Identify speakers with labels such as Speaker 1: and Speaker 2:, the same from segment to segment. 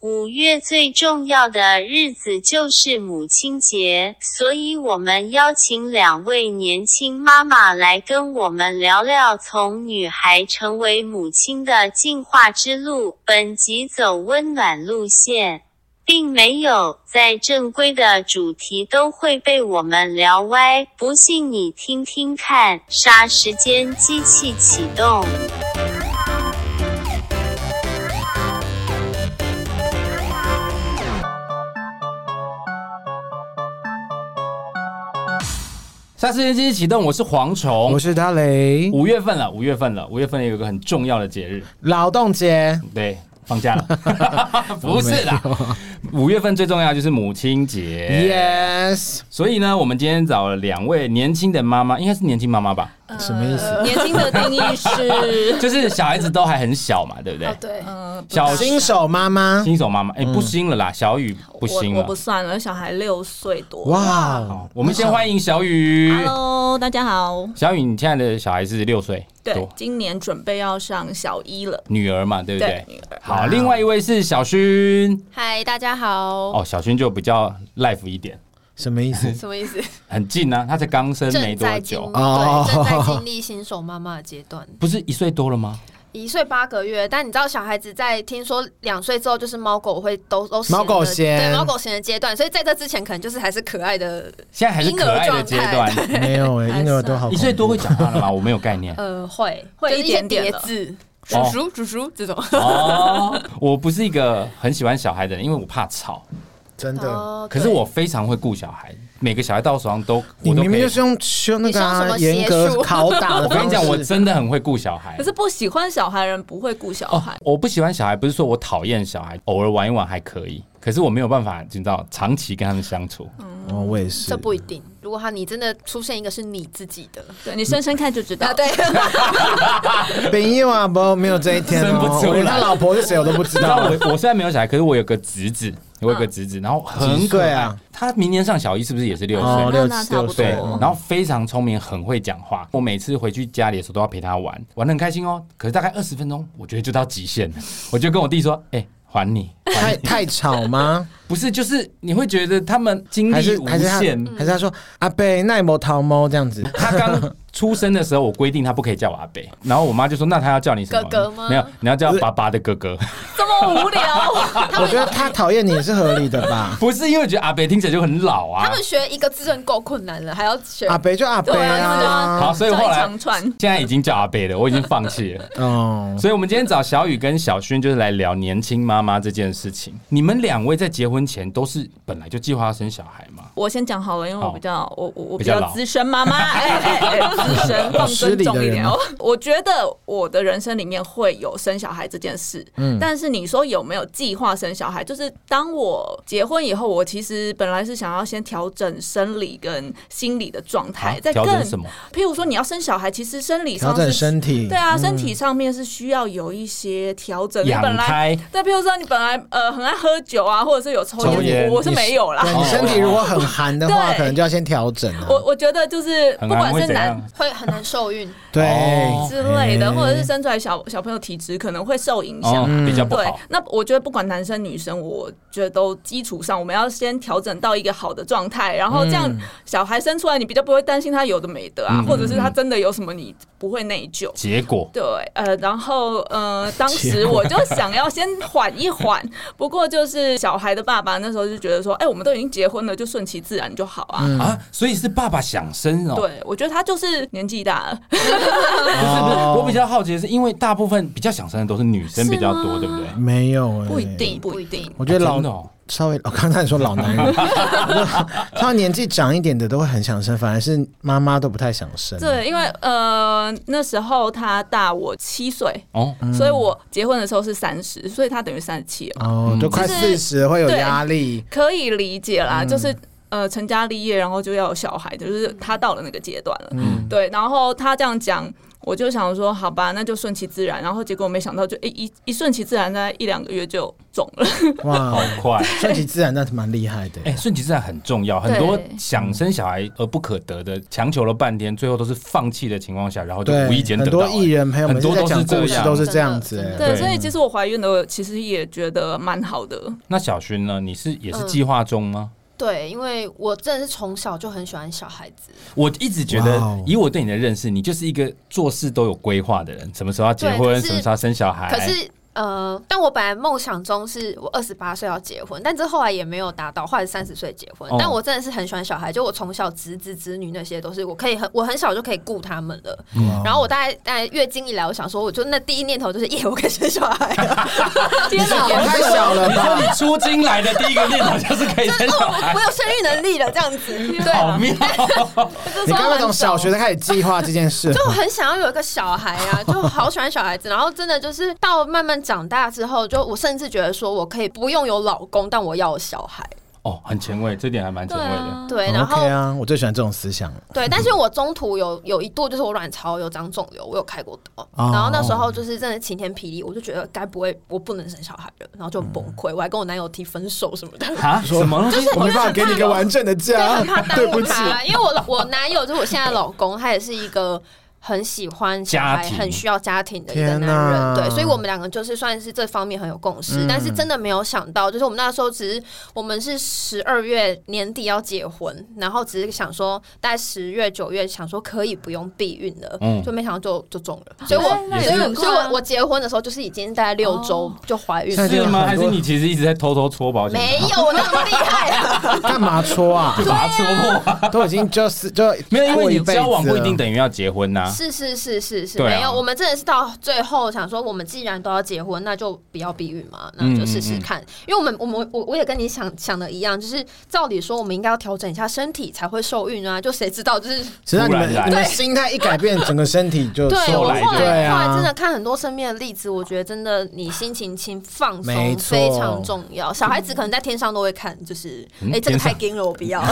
Speaker 1: 五月最重要的日子就是母亲节，所以我们邀请两位年轻妈妈来跟我们聊聊从女孩成为母亲的进化之路。本集走温暖路线，并没有在正规的主题都会被我们聊歪，不信你听听看。杀时间机器启动。
Speaker 2: 下次间机器启动，我是蝗虫
Speaker 3: 我。是大雷，
Speaker 2: 五月份了，五月份了，五月份有一个很重要的节日，
Speaker 3: 劳动节，
Speaker 2: 对，放 假了，不是啦，五月份最重要就是母亲节。
Speaker 3: yes，
Speaker 2: 所以呢，我们今天找了两位年轻的妈妈，应该是年轻妈妈吧，，
Speaker 3: 什么意思？
Speaker 4: 呃年轻的定义是
Speaker 2: 就是小孩子都还很小嘛，对不对？
Speaker 5: 哦对，
Speaker 4: 嗯，
Speaker 2: 小
Speaker 3: 新手嗯妈妈，
Speaker 2: 新手妈妈，哎、不新了啦，小雨不啊
Speaker 4: 我
Speaker 2: 新
Speaker 4: 我
Speaker 2: 了
Speaker 4: 不。算了，小孩六岁多。
Speaker 3: 哇哦
Speaker 2: 好，我们先欢迎小雨。
Speaker 4: Hello，大家好。
Speaker 2: 小雨，你现在的小孩是六岁
Speaker 4: 对
Speaker 2: 多，，
Speaker 4: 今年准备要上小一了。
Speaker 2: 女儿嘛，对不对？
Speaker 4: 女儿
Speaker 2: 好，另外一位是小薰，
Speaker 5: 嗨，大家好。
Speaker 2: 哦，小薰就比较 life 一点，
Speaker 3: 什么 意思？
Speaker 5: 什么意思？
Speaker 2: 很近啊，他才刚生没
Speaker 5: 正
Speaker 2: 多
Speaker 5: 在经
Speaker 2: 久，
Speaker 3: 哦
Speaker 5: 对，正在经历新手妈妈的阶段，
Speaker 2: 不是一岁多了吗？
Speaker 5: 一岁八个月。但你知道，小孩子在听说两岁之后，就是猫狗会都都闲
Speaker 3: 猫狗
Speaker 5: 的
Speaker 3: 闲
Speaker 5: 对猫狗闲的阶段，所以在这之前，可能就是还是可爱的，。
Speaker 2: 现在还是可爱的阶段，哦
Speaker 3: 没有哎，婴儿都好恐怖，
Speaker 2: 一岁多会讲话了吗？我没有概念
Speaker 5: 呃，会
Speaker 4: 会
Speaker 5: 就是
Speaker 4: 一点点
Speaker 5: 些
Speaker 4: 了
Speaker 5: 叠字，
Speaker 2: 哦
Speaker 5: 叔叔叔叔这种。
Speaker 2: 哦，我不是一个很喜欢小孩的人，因为我怕吵。
Speaker 3: 真的。
Speaker 5: 哦
Speaker 2: 可是
Speaker 5: 对
Speaker 2: 我非常会顾小孩，每个小孩到我手上都
Speaker 3: 你
Speaker 2: 我都
Speaker 3: 明
Speaker 2: 可
Speaker 3: 明
Speaker 2: 以
Speaker 3: 就。是用修那个
Speaker 5: 你
Speaker 3: 啊
Speaker 5: 说什么
Speaker 3: 严格拷打的
Speaker 2: 我跟你
Speaker 3: 方
Speaker 2: 讲，我
Speaker 3: 式，
Speaker 2: 真的很会顾小孩
Speaker 4: 可。是不喜欢小孩的人不会顾小
Speaker 2: 哦
Speaker 4: 孩，，
Speaker 2: 我不喜欢小孩，不是说我讨厌小孩，偶尔玩一玩还可以。可是我没有办法，你知道，长期跟他们相处。
Speaker 3: 哦，我也是
Speaker 5: 这。不一定。如果他你真的出现一个是你自己的，
Speaker 4: 对你深深看就知 道
Speaker 5: 啊，。对，
Speaker 3: 没有啊，不，没有这一天
Speaker 2: 生不
Speaker 3: 哦
Speaker 2: 出。来
Speaker 3: 我连他老婆是谁我都不知
Speaker 2: 你知道
Speaker 3: 道。
Speaker 2: 我我虽然没有小孩，可是我有个侄子，
Speaker 5: 嗯
Speaker 2: 我有个侄子，然后很
Speaker 3: 几
Speaker 2: 可
Speaker 3: 岁
Speaker 2: 爱。
Speaker 3: 啊
Speaker 2: 他明年上小一，是不是也是六岁？
Speaker 3: 哦，
Speaker 4: 那
Speaker 3: 六
Speaker 4: 那差
Speaker 3: 六
Speaker 4: 不
Speaker 2: 对
Speaker 3: 岁
Speaker 4: 多，
Speaker 2: 然后非常聪明，很会讲话。我每次回去家里的时候都要陪他玩，玩的很开心哦。可是大概二十分钟，我觉得就到极限了。我就跟我弟说：“哎、还你。
Speaker 3: 太太吵 吗？”
Speaker 2: 不是，就是你会觉得他们精
Speaker 3: 还
Speaker 2: 力
Speaker 3: 是
Speaker 2: 无
Speaker 3: 还是他
Speaker 2: 限。
Speaker 3: 还是他说阿贝奈某桃猫这样子？
Speaker 2: 他刚出生的时候，我规定他不可以叫我阿贝，然后我妈就说：“那他要叫你什么？
Speaker 5: 哥哥吗
Speaker 2: 没有，你要叫爸爸的哥哥。。
Speaker 4: 这么无聊，
Speaker 3: 我觉得他讨厌你也是合理的吧
Speaker 2: 不是因为我觉得阿贝听起来就很老啊。
Speaker 5: 他们学一个字就很够困难了，还要学
Speaker 3: 阿贝就阿贝
Speaker 4: 对啊对
Speaker 3: 啊
Speaker 4: 啊。
Speaker 2: 好，所以
Speaker 4: 叫
Speaker 2: 后
Speaker 4: 一
Speaker 2: 来
Speaker 4: 长串。
Speaker 2: 现在已经叫阿贝了，我已经放弃了。
Speaker 3: 哦，
Speaker 2: 所以，我们今天找小雨跟小薰，就是来聊年轻妈妈这件事情。你们两位在结婚前都是本来就计划要生小孩吗？
Speaker 4: 我先讲好了，因为我比较我我我
Speaker 2: 比
Speaker 4: 比
Speaker 2: 较
Speaker 4: 较
Speaker 2: 老
Speaker 4: 资深妈妈，哎哎哎，资深放
Speaker 3: 失
Speaker 4: 尊
Speaker 3: 礼的
Speaker 4: 重一
Speaker 3: 人
Speaker 4: 点
Speaker 3: 吗
Speaker 4: 哦。我觉得我的人生里面会有生小孩这件事，嗯，但是你说有没有计划生小孩？就是当我结婚以后，我其实本来是想要先调整生理跟心理的状态，再
Speaker 2: 调
Speaker 4: 更
Speaker 2: 整什么？
Speaker 4: 譬如说你要生小孩，其实生理
Speaker 3: 调
Speaker 4: 上
Speaker 3: 整
Speaker 4: 是
Speaker 3: 身体。
Speaker 4: 对啊，身体上面是需要有一些调整。你
Speaker 2: 养
Speaker 4: 本来
Speaker 2: 胎
Speaker 4: 对，譬如说你本来呃很爱喝酒啊，或者是有抽
Speaker 2: 抽
Speaker 4: 烟，
Speaker 2: 烟
Speaker 4: 我我是没有啦。
Speaker 3: 对你身体如果很寒的话，
Speaker 4: 对
Speaker 3: 可能就要先调整
Speaker 4: 我
Speaker 3: 了。
Speaker 4: 我觉得就是不
Speaker 2: 嗯很
Speaker 4: 管
Speaker 2: 难会
Speaker 4: 是
Speaker 2: 怎
Speaker 4: 男
Speaker 2: 样？
Speaker 5: 会很难受孕。
Speaker 3: 对，
Speaker 2: 哦
Speaker 4: 之类的，
Speaker 3: 哎
Speaker 4: 或者是生出来小小朋友体质可能会受影响。
Speaker 2: 哦，
Speaker 3: 嗯
Speaker 2: 比较不
Speaker 4: 对
Speaker 2: 好，，
Speaker 4: 那我觉得不管男生女生，我觉得都基础上我们要先调整到一个好的状态，然后这
Speaker 2: 嗯
Speaker 4: 样小孩生出来，你比较不会担心他有的没的啊，或者
Speaker 2: 嗯
Speaker 4: 是他真的有什么你不会内疚。
Speaker 2: 结果
Speaker 4: 对，呃，然后呃，当时我就想要先缓 一缓，不过就是小孩的爸爸那时候就觉得说，哎、我们都已经结婚了，就顺其自然就好啊。
Speaker 3: 嗯
Speaker 2: 啊，所以是爸爸想生哦。
Speaker 4: 对，我觉得他就是年纪大 了，
Speaker 2: 不是不是，
Speaker 3: 哦
Speaker 2: 我比较好奇的是，因为大部分比较想生的都是女生比较多，对不对？
Speaker 3: 没有哎，
Speaker 4: 不一。定，不一定。
Speaker 3: 我觉得
Speaker 2: 啊
Speaker 3: 老
Speaker 2: 真的哦
Speaker 3: 稍微，我刚才说老男 人，他年纪长一点的都会很想生，反而是妈妈都不太想生。
Speaker 4: 对，因为呃那时候他大我七岁，
Speaker 2: 哦，
Speaker 4: 所以我结婚的时候是三十，所以他等于三十七了，
Speaker 2: 嗯
Speaker 3: 哦，都快
Speaker 4: 就是
Speaker 3: 四十会有压力。
Speaker 4: 可以理解啦，就是。呃，成家立业，然后就要有小孩，就是他到了那个阶段了。对，然后他这样讲，我就想说，好吧，那就顺其自然。然后结果没想到就，诶一一顺其自然，大概一两个月就肿了。
Speaker 2: 好
Speaker 3: 哇，
Speaker 2: 快。
Speaker 3: 顺其自然那是蛮厉害的。
Speaker 2: 哎、顺其自然很重要，很多
Speaker 5: 对
Speaker 2: 想生小孩而不可得的，强求了半天，最后都是放弃的情况下，然后就
Speaker 3: 对，
Speaker 2: 无意间得
Speaker 3: 很
Speaker 2: 到、欸
Speaker 3: 多艺人朋友们
Speaker 2: 很多
Speaker 3: 在
Speaker 2: 都是
Speaker 3: 讲故
Speaker 2: 这
Speaker 3: 事
Speaker 2: 样
Speaker 3: 都是这样子
Speaker 5: 真的。真
Speaker 3: 哎
Speaker 5: 的
Speaker 4: 对，所以其实我怀孕了，其实也觉得蛮好的。
Speaker 2: 那小薰呢？你是也是
Speaker 5: 嗯
Speaker 2: 计划中吗？
Speaker 5: 对，因为我真的是从小就很喜欢小孩子，
Speaker 2: 我一直觉
Speaker 3: 哇
Speaker 2: 得
Speaker 3: 哦，
Speaker 2: 以我对你的认识，你就是一个做事都有规划的人，什么时候要结
Speaker 5: 对可
Speaker 2: 婚，
Speaker 5: 是
Speaker 2: 什么时候要生小孩。
Speaker 5: 可是。呃，但我本来梦想中是我二十八岁要结婚，但是后来也没有达到，后来三十岁结婚。
Speaker 2: 哦
Speaker 5: 但我真的是很喜欢小孩，就我从小侄子侄女那些都是我可以很我很小就可以顾他们了。
Speaker 3: 哇
Speaker 5: 然后我大概大概月经一来，我想说，我就那第一念头就是耶，我可以生小孩了。
Speaker 4: 天哪，
Speaker 3: 也太小了
Speaker 2: 你说
Speaker 3: 吧
Speaker 2: 你？出京来的第一个念头就是可以生小
Speaker 5: 哦，
Speaker 2: 孩
Speaker 5: 我，有生育能力了，这样子， 对
Speaker 2: 好
Speaker 5: 啊，
Speaker 2: 妙！
Speaker 5: 就是
Speaker 3: 你
Speaker 5: 说
Speaker 3: 刚刚
Speaker 5: 很
Speaker 3: 从小学
Speaker 5: 早。
Speaker 3: 就开始计划这件事，
Speaker 5: 就很想要有一个小孩 啊，就好喜欢小孩子。然后真的就是到慢慢长大之后，就我甚至觉得说我可以不用有老公，但我要有小孩。
Speaker 2: 哦，很前卫，这点还蛮前卫的。
Speaker 5: 对，
Speaker 3: 很
Speaker 5: 然后
Speaker 3: OK 啊，我最喜欢这种思想了。
Speaker 5: 对，但是我中途有有一度就是我卵巢有长肿瘤，我有开过刀，
Speaker 3: 哦
Speaker 5: 然后那时候就是真的晴天霹雳，我就觉得该不会我不能生小孩了，然后就很崩溃，
Speaker 3: 嗯
Speaker 5: 我还跟我男友提分手什么的。
Speaker 2: 啊？什么东西？
Speaker 3: 我没办法给你一个完整的
Speaker 5: 对，
Speaker 3: 家
Speaker 5: 很怕，
Speaker 3: 对
Speaker 5: 耽
Speaker 3: 不
Speaker 5: 误
Speaker 3: 起。
Speaker 5: 他，因为我老我男友就是我现在的老公，他也是一个。很喜欢小
Speaker 2: 家
Speaker 5: 孩，
Speaker 2: 庭
Speaker 5: 很需要家庭的一个
Speaker 3: 天
Speaker 5: 男
Speaker 3: 哪
Speaker 5: 人，对，所以我们两个就是算是这方面很有共识，
Speaker 3: 嗯
Speaker 5: 但是真的没有想到，就是我们那时候只是我们是十二月年底要结婚，然后只是想说大概十月九月想说可以不用避孕了，
Speaker 2: 嗯
Speaker 5: 就没想到就就中了，所以我
Speaker 4: 那也
Speaker 5: 所以
Speaker 4: 是很
Speaker 5: 我哦所以
Speaker 4: 快啊
Speaker 5: 我我结婚的时候就是已经大概六周就怀孕
Speaker 3: 现
Speaker 5: 了，
Speaker 3: 在
Speaker 2: 是
Speaker 3: 就
Speaker 2: 吗？还是你其实一直在偷偷搓保险
Speaker 5: 没
Speaker 2: 套？
Speaker 5: 有我那么厉害啊，
Speaker 3: 干嘛戳啊？
Speaker 2: 就把它戳破啊。
Speaker 3: 都已经就是就
Speaker 2: 没有，因为你交往不一定
Speaker 3: 的。
Speaker 2: 等于要结婚呐。
Speaker 5: 是是是是是，
Speaker 2: 啊对啊
Speaker 5: 没有，我们真的是到最后想说，我们既然都要结婚，那就不要避孕嘛，
Speaker 2: 嗯
Speaker 5: 那就试试看。因为我们我们我我也跟你想想的一样，就是照理说我们应该要调整一下身体才会受孕啊，就谁知道就是
Speaker 3: 实际上你们
Speaker 2: 突然来
Speaker 3: 你们心态一改变，整个身体就
Speaker 5: 对我
Speaker 2: 受
Speaker 5: 后
Speaker 2: 来
Speaker 5: 来
Speaker 2: 就
Speaker 3: 对
Speaker 5: 后来真
Speaker 3: 啊
Speaker 5: 的。看很多身边的例子，我觉得真的你心情轻放
Speaker 3: 没
Speaker 5: 松
Speaker 3: 错
Speaker 5: 非常重要。小孩子可能在天上都会看，就是哎、
Speaker 2: 嗯
Speaker 5: 这个
Speaker 2: 天上
Speaker 5: 太 gay 了，我不要，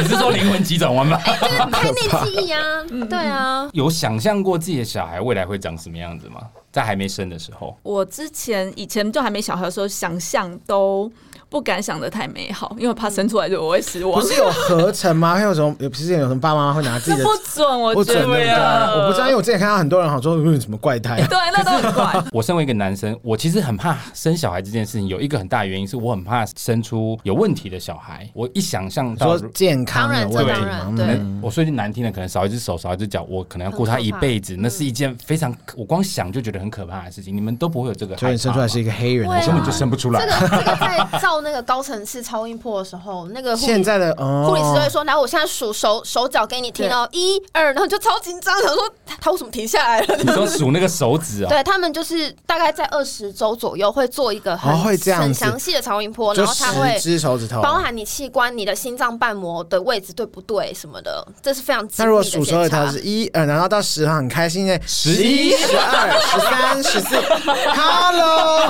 Speaker 2: 你是说灵魂急转弯吗？
Speaker 5: 就是太内记忆啊，对啊。
Speaker 2: 有想象过自己的小孩未来会长什么样子吗？在还没生的时候，
Speaker 4: 我之前以前就还没小孩的时候，想象都不敢想的太美好，因为我怕生出来就我会失 望
Speaker 3: 不。是有合成吗？ 会有什么？有之前有什么爸妈会拿自
Speaker 4: 这
Speaker 3: 己的
Speaker 4: 不准，我
Speaker 3: 不
Speaker 4: 觉
Speaker 3: 准对不对？
Speaker 2: 啊
Speaker 4: 得
Speaker 3: 我不知道，因为我之前看到很多人好像说嗯什么怪胎啊，
Speaker 4: 对，那都很 怪。
Speaker 2: 我身为一个男生，我其实很怕生小孩这件事情。有一个很大的原因是我很怕生出有问题的小孩。我一想象到
Speaker 3: 说，健康的问
Speaker 5: 当
Speaker 3: 题
Speaker 5: 然
Speaker 3: 嘛，
Speaker 5: 这当然
Speaker 3: 嗯
Speaker 2: 我说句难听的，可能少一只手，少一只脚，我可能要顾他一辈子，那是一件非常我光想就觉得很可怕的事情。你们都不会有这个害怕
Speaker 3: 就
Speaker 2: 吗，
Speaker 3: 你生出来是一个黑人
Speaker 5: 会
Speaker 3: 的
Speaker 5: 啊
Speaker 3: 小
Speaker 2: 根
Speaker 3: 孩，
Speaker 2: 本就生不出来
Speaker 5: 这。个这个在照那个高层次超音波的时候，那个护理
Speaker 3: 现在的哦，
Speaker 5: 护理师就会说：“来，我现在数手手脚给你听哦，一二，然后就超紧张，想说他他为什么停下来了？”
Speaker 2: 你说数那个手指啊、
Speaker 5: 对他们就是大概在二十周左右会做一个很、
Speaker 3: 哦会这样子
Speaker 5: 很详细的超音波，
Speaker 3: 就
Speaker 5: 然后他会
Speaker 3: 十只手指头，啊
Speaker 5: 包含你器官、你的心脏瓣膜的位置对不对什么的，这是非常
Speaker 3: 那
Speaker 5: 精
Speaker 3: 如
Speaker 5: 密
Speaker 3: 果数手
Speaker 5: 的
Speaker 3: 指
Speaker 5: 检
Speaker 3: 头
Speaker 5: 查
Speaker 3: 是。一，呃，然后到十，很开心耶，
Speaker 2: 11
Speaker 3: 一、十二、十三、十四，Hello，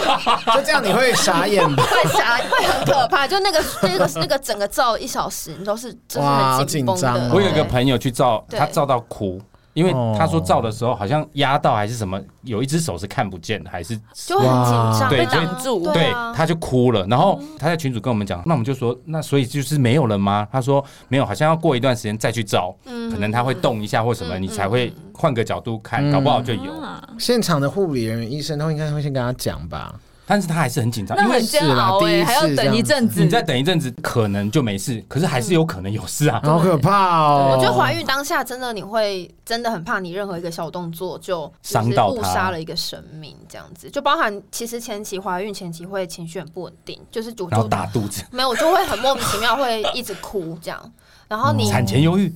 Speaker 3: 就这样你会傻眼吧？
Speaker 5: 会傻，会很可怕。就那个、那个、那个，整个照一小时，你都是就是
Speaker 3: 哇好
Speaker 5: 很
Speaker 3: 紧
Speaker 5: 紧绷
Speaker 3: 张哦
Speaker 5: 的。
Speaker 2: 我有一个
Speaker 5: 对
Speaker 2: 朋友去照，
Speaker 5: 对
Speaker 2: 他照到哭。因为
Speaker 3: 哦
Speaker 2: 他说照的时候好像压到还是什么，有一只手是看不见的，还是
Speaker 5: 就很紧
Speaker 3: 哇
Speaker 5: 张，
Speaker 2: 对
Speaker 5: 被挡
Speaker 4: 所以住
Speaker 2: 对，
Speaker 5: 啊
Speaker 2: 他就哭了。然后他在群主跟我们讲，那我们就说，那所以就是没有了吗？他说没有，好像要过一段时间再去照，可能他会动一下或什么，你才会换个角度看，搞不好就有。
Speaker 3: 现场的护理人员、医生都应该会先跟他讲吧？
Speaker 2: 但是他还是很紧张，
Speaker 4: 那
Speaker 2: 因为
Speaker 4: 很煎熬
Speaker 3: 因为
Speaker 4: 哎、
Speaker 3: 是啦
Speaker 4: 还要等一阵子
Speaker 2: 你。再等一阵子，可能就没事，可是还是有可能有事啊。
Speaker 3: 好可怕哦！
Speaker 5: 我觉得怀孕当下真的你会真的很怕，你任何一个小动作就
Speaker 2: 伤到
Speaker 5: 就是误
Speaker 2: 他
Speaker 5: 杀了一个生命，这样子就包含其实前期怀孕前期会情绪很不稳定，就是我
Speaker 2: 然后
Speaker 5: 就
Speaker 2: 打肚子，
Speaker 5: 没有，我就会很莫名其妙会一直哭这样。然后你
Speaker 2: 产前忧郁，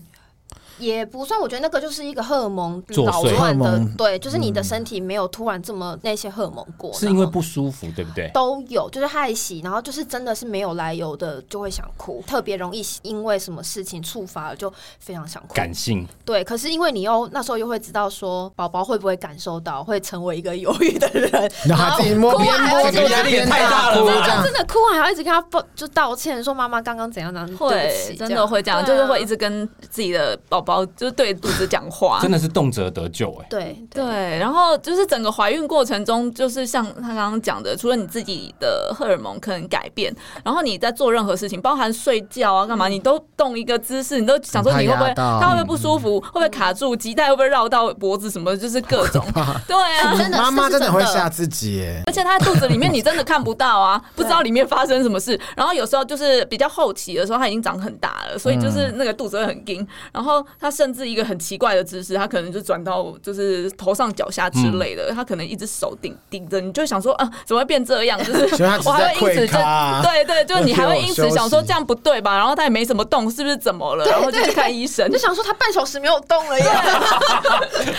Speaker 5: 也不算，我觉得那个就是一个荷尔蒙
Speaker 2: 作
Speaker 5: 扰
Speaker 2: 祟
Speaker 5: 乱
Speaker 3: 荷尔
Speaker 5: 的
Speaker 3: 蒙，
Speaker 5: 对，就是你的身体没有突然这么那些荷尔蒙过，
Speaker 2: 是因为
Speaker 5: 然后
Speaker 2: 不舒服，对不对？
Speaker 5: 都有，就是害喜，然后就是真的是没有来由的就会想哭，特别容易因为什么事情触发了就非常想哭，
Speaker 2: 感性，
Speaker 5: 对，可是因为你又那时候又会知道说宝宝会不会感受到，会成为一个忧郁的人，
Speaker 3: 然后他自己摸
Speaker 5: 哭
Speaker 3: 边
Speaker 5: 完还
Speaker 3: 摸
Speaker 5: 要
Speaker 2: 这个
Speaker 3: 边
Speaker 2: 压力也太
Speaker 3: 边
Speaker 2: 大
Speaker 3: 大
Speaker 2: 了
Speaker 3: 哭
Speaker 2: 吧
Speaker 3: 这样
Speaker 5: 真的的哭完还要一直跟他抱就道歉，说妈妈刚刚怎样怎样，对不
Speaker 4: 会
Speaker 5: 起，
Speaker 4: 真
Speaker 5: 这样
Speaker 4: 的会这样，
Speaker 5: 对
Speaker 4: 就
Speaker 5: 啊
Speaker 4: 是会一直跟自己的宝宝就是对肚子讲话，
Speaker 2: 真的是动辄得救哎、
Speaker 5: 对
Speaker 4: 对，然后就是整个怀孕过程中，就是像他刚刚讲的，除了你自己的荷尔蒙可能改变，然后你在做任何事情，包含睡觉啊干嘛，你都动一个姿势，你都想说
Speaker 3: 很怕
Speaker 4: 你会不会
Speaker 3: 压到
Speaker 4: 他会不会不舒服，会不会卡住脐带，会不会绕到脖子什么，就是各种。对啊，
Speaker 5: 真的
Speaker 3: 妈妈
Speaker 5: 是
Speaker 3: 真
Speaker 5: 真
Speaker 3: 的
Speaker 5: 的
Speaker 3: 会吓自己耶，
Speaker 4: 而且他在肚子里面你真的看不到啊，不知道里面发生什么事。然后有时候就是比较后期的时候，他已经长很大了，所以就是那个肚子会很硬。然后他甚至一个很奇怪的姿势，他可能就转到就是头上脚下之类的，他可能一只手顶顶着，你就想说啊，怎么会变这样？就是
Speaker 3: 所以他只是
Speaker 4: 我还
Speaker 3: 在
Speaker 4: 会因
Speaker 3: 跪
Speaker 4: 此就
Speaker 3: 咖啊
Speaker 4: 对对，就是你还会因
Speaker 3: 给我
Speaker 4: 此
Speaker 3: 休息
Speaker 4: 想说这样不对吧？然后他也没怎么动，是不是怎么了？然后就去看医生
Speaker 5: 就，想说他半小时没有动了耶，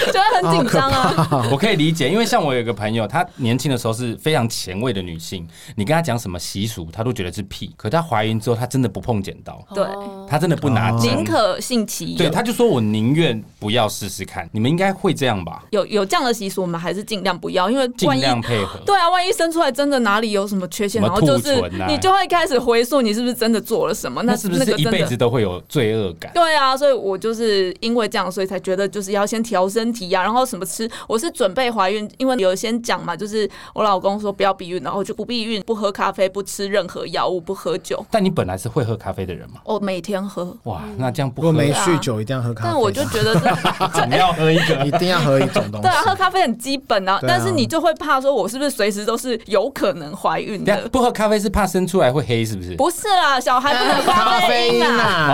Speaker 4: 就会很紧张啊。
Speaker 2: 我可以理解，因为像我有一个朋友，她年轻的时候是非常前卫的女性，你跟她讲什么习俗，她都觉得是屁。可她怀孕之后，她真的不碰剪刀，
Speaker 4: 对，
Speaker 2: 她真的不拿
Speaker 3: 哦
Speaker 2: 针，
Speaker 4: 宁可信其有。
Speaker 2: 对，她就说我宁愿不要试试看。你们应该会这样吧？
Speaker 4: 有有这样的习俗，我们还是尽量不要，因为
Speaker 2: 尽
Speaker 4: 万一
Speaker 2: 量配合。
Speaker 4: 对啊，万一生出来真的哪里有什么缺陷，
Speaker 2: 什
Speaker 4: 然
Speaker 2: 么
Speaker 4: 后就是
Speaker 2: 兔唇啊
Speaker 4: 你就会开始回溯你是不是真的做了什么，
Speaker 2: 那
Speaker 4: 那
Speaker 2: 是不是
Speaker 4: 那个
Speaker 2: 一辈
Speaker 4: 真
Speaker 2: 子
Speaker 4: 的。
Speaker 2: 都会有罪恶感？
Speaker 4: 对啊，所以我就是因为这样，所以才觉得就是要先调身体啊，然后什么吃，我是准备怀孕，因为有先讲嘛，就是我老公说不要避孕，然后我就不避孕，不喝咖啡，不吃任何药物，不喝酒，
Speaker 2: 但你本来是会喝咖啡的人嘛？
Speaker 4: 我每天喝，
Speaker 2: 哇，那这样不
Speaker 3: 如果
Speaker 2: 喝，
Speaker 3: 没酗酒一定要喝咖啡，
Speaker 4: 但我就 觉得这
Speaker 2: 你要喝一个
Speaker 3: 一定要喝一种东西
Speaker 4: 对。啊，喝咖啡很基本啊，
Speaker 3: 对啊
Speaker 4: 但是你就会怕说我是不是随时都是有可能怀孕
Speaker 2: 等一下
Speaker 4: 的，
Speaker 2: 不喝咖啡是怕生出来会黑，是不 是？
Speaker 4: 不是啦，小孩不能
Speaker 3: 咖
Speaker 4: 啡
Speaker 3: 啡因
Speaker 4: 因啊，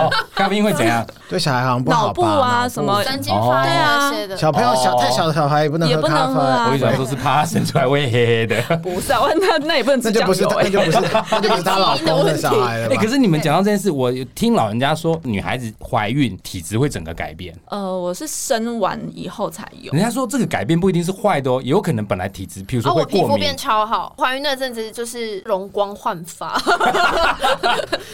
Speaker 2: 哦
Speaker 3: 啊，，
Speaker 2: 咖啡因会怎样？
Speaker 3: 对小孩好像不好
Speaker 4: 脑部
Speaker 3: 吧？脑
Speaker 4: 啊
Speaker 3: 部
Speaker 4: 什么
Speaker 5: 神经发炎
Speaker 4: 啊
Speaker 5: 那些的，啊
Speaker 3: 小朋友小
Speaker 2: 哦
Speaker 3: 太小的小孩也不能
Speaker 4: 也
Speaker 3: 喝
Speaker 4: 不
Speaker 3: 咖
Speaker 4: 能喝
Speaker 3: 啡，
Speaker 4: 啊
Speaker 2: 我一直想说是怕他生出来会黑黑的。
Speaker 4: 不是啊，我那那也不能
Speaker 3: 那
Speaker 4: 吃
Speaker 3: 就
Speaker 4: 酱
Speaker 3: 不是
Speaker 4: 油
Speaker 3: 他那
Speaker 4: 哎、
Speaker 3: 就不是 那就不是她老公的小孩了
Speaker 2: 哎、
Speaker 3: 吧
Speaker 2: 可？是你们讲到这件事，我听老人家说，女孩子怀孕体质会整个改变。
Speaker 4: 呃，我是生完以后才有
Speaker 2: 人，家说这个改变不一定是坏的哦，也有可能本来体质，譬如
Speaker 5: 然
Speaker 2: 说
Speaker 5: 后
Speaker 2: 会
Speaker 5: 我啊皮
Speaker 2: 过
Speaker 5: 肤
Speaker 2: 敏
Speaker 5: 变、超好，怀孕那阵子就是容光焕发。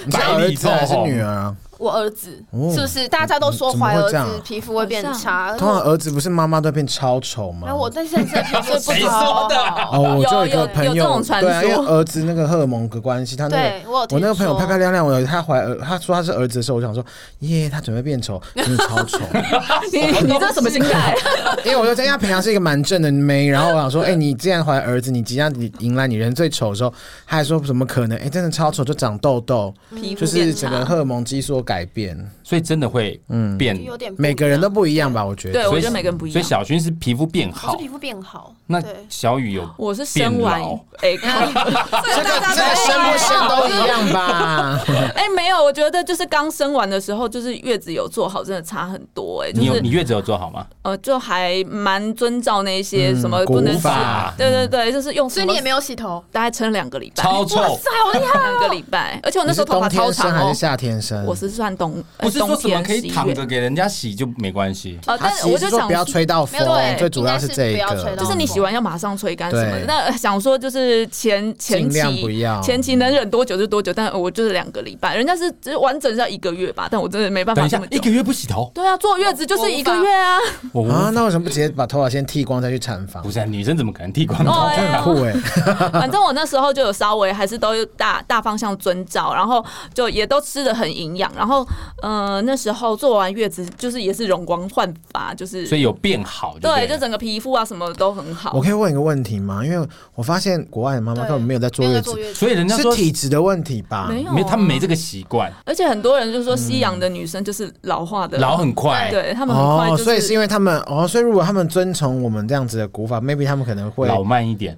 Speaker 3: 你是儿子还是女儿啊？
Speaker 5: 我儿子、
Speaker 3: 哦嗯
Speaker 5: 是不是大家都说
Speaker 3: 怎么
Speaker 5: 怀
Speaker 3: 会
Speaker 5: 儿
Speaker 3: 这样
Speaker 5: 子皮肤会变差？
Speaker 3: 通常儿子不是妈妈都变超丑吗
Speaker 5: 然？后我但现在皮肤 不
Speaker 2: 谁说的
Speaker 3: 哦，我就有一
Speaker 4: 有
Speaker 3: 个
Speaker 4: 有
Speaker 3: 朋
Speaker 4: 有这
Speaker 3: 友
Speaker 4: 种，传
Speaker 3: 对啊，因为
Speaker 4: 说
Speaker 3: 儿子那个荷尔蒙的关系，他那
Speaker 5: 对
Speaker 3: 个
Speaker 5: 我有听
Speaker 3: 我那个朋友
Speaker 5: 说
Speaker 3: 漂漂亮亮，我有他怀儿，他说他是儿子的时候，我想说，耶，他准备变丑，真的超丑。
Speaker 4: 你你这什么心态？
Speaker 3: 因为我就在他平常是一个蛮正的妹，然后我想说，哎、你既然怀儿子，你即将你迎来你人最丑的时候，他还说怎么可能？哎、真的超丑，就长痘痘，
Speaker 4: 皮肤
Speaker 3: 就是
Speaker 4: 变
Speaker 3: 整个
Speaker 4: 差。
Speaker 3: 荷尔蒙激素改变，
Speaker 2: 所以真的会变。
Speaker 5: 有点不一样
Speaker 3: 每个人都不一样吧？我觉
Speaker 4: 对，
Speaker 3: 得。
Speaker 4: 嗯我
Speaker 2: 所以
Speaker 4: 觉得每个人不一
Speaker 2: 所以
Speaker 4: 样。
Speaker 2: 小薰是皮肤变
Speaker 5: 我
Speaker 2: 好
Speaker 5: 是皮，肤变好。
Speaker 2: 那
Speaker 5: 对，
Speaker 2: 小雨有
Speaker 4: 我是生完
Speaker 2: 变老
Speaker 4: 哎，看这
Speaker 3: 这个这个生不生都一样吧？
Speaker 4: 哎没有，我觉得就是刚生完的时候，就是月子有做好，真的差很多哎、就
Speaker 2: 你有
Speaker 4: 是
Speaker 2: 你月子有做好吗？
Speaker 4: 呃，就还蛮遵照那些什么
Speaker 3: 嗯
Speaker 4: 不能
Speaker 3: 古
Speaker 4: 吃
Speaker 3: 法，
Speaker 4: 对对对，就是用什
Speaker 5: 所以
Speaker 4: 么，
Speaker 5: 你也没有洗头，
Speaker 4: 大概撑两个礼拜，
Speaker 2: 超臭，
Speaker 5: 好 厉害！
Speaker 4: 哦两个礼拜，而且我那
Speaker 3: 你
Speaker 4: 时
Speaker 3: 是
Speaker 4: 候头
Speaker 3: 冬
Speaker 4: 发超
Speaker 3: 天生
Speaker 4: 长
Speaker 3: 还
Speaker 4: 哦
Speaker 3: 是，夏天生？
Speaker 4: 我是算冬，呃
Speaker 2: 不是说
Speaker 4: 冬
Speaker 2: 什么
Speaker 4: 天
Speaker 2: 可
Speaker 4: 11
Speaker 2: 以
Speaker 4: 月
Speaker 2: 躺着给人家洗就没关系。
Speaker 4: 呃，
Speaker 3: 他
Speaker 4: 但
Speaker 3: 其
Speaker 4: 我
Speaker 3: 实
Speaker 4: 就是
Speaker 3: 说
Speaker 4: 想
Speaker 3: 不要吹到
Speaker 5: 没
Speaker 3: 风
Speaker 5: 有对，
Speaker 3: 最主要这
Speaker 5: 应该是不要
Speaker 3: 个
Speaker 5: 吹。到
Speaker 4: 就是你洗完要马上吹干什么
Speaker 3: 对
Speaker 4: 的。那呃想说就是前前
Speaker 3: 尽
Speaker 4: 期
Speaker 3: 量不要
Speaker 4: 前期能忍多久就多久，但呃我就是两个礼拜，人家是只是完整要一个月吧，但我真的没办
Speaker 2: 等
Speaker 4: 法
Speaker 2: 一
Speaker 4: 这
Speaker 2: 下
Speaker 4: 么，久
Speaker 2: 一个。月不洗头，
Speaker 4: 对啊，坐月子就是一个月啊，
Speaker 2: 我无
Speaker 3: 啊，那为什么不直接把头发先剃光再去产房
Speaker 2: 不？是啊女生怎么可能剃光头？
Speaker 4: 哦
Speaker 3: 这很酷哎、 欸！
Speaker 4: 反正我那时候就有稍微还是都有大大方向遵照，然后就也都吃的很营养，然后呃那时候做完月子就是也是容光焕发，就是
Speaker 2: 所以有变好就
Speaker 4: 对，
Speaker 2: 对
Speaker 4: 就
Speaker 2: 了，
Speaker 4: 整个皮肤啊什么都很好
Speaker 3: 我。可以问一个问题吗？因为我发现国外的妈妈根本没有在坐月子，
Speaker 2: 所以人家
Speaker 3: 是
Speaker 2: 说
Speaker 3: 体质的问题吧？
Speaker 4: 没有、
Speaker 2: 没他们没这个习惯，
Speaker 4: 而且很多人就说西洋的女生就是老化的，
Speaker 2: 老很
Speaker 5: 哎
Speaker 2: 快。
Speaker 4: 对他们很快就
Speaker 3: 哦，
Speaker 4: 是，
Speaker 3: 所以是因为他们哦，所以如果他们遵从我们这样子的古法，maybe 他们可能会
Speaker 2: 老慢一点，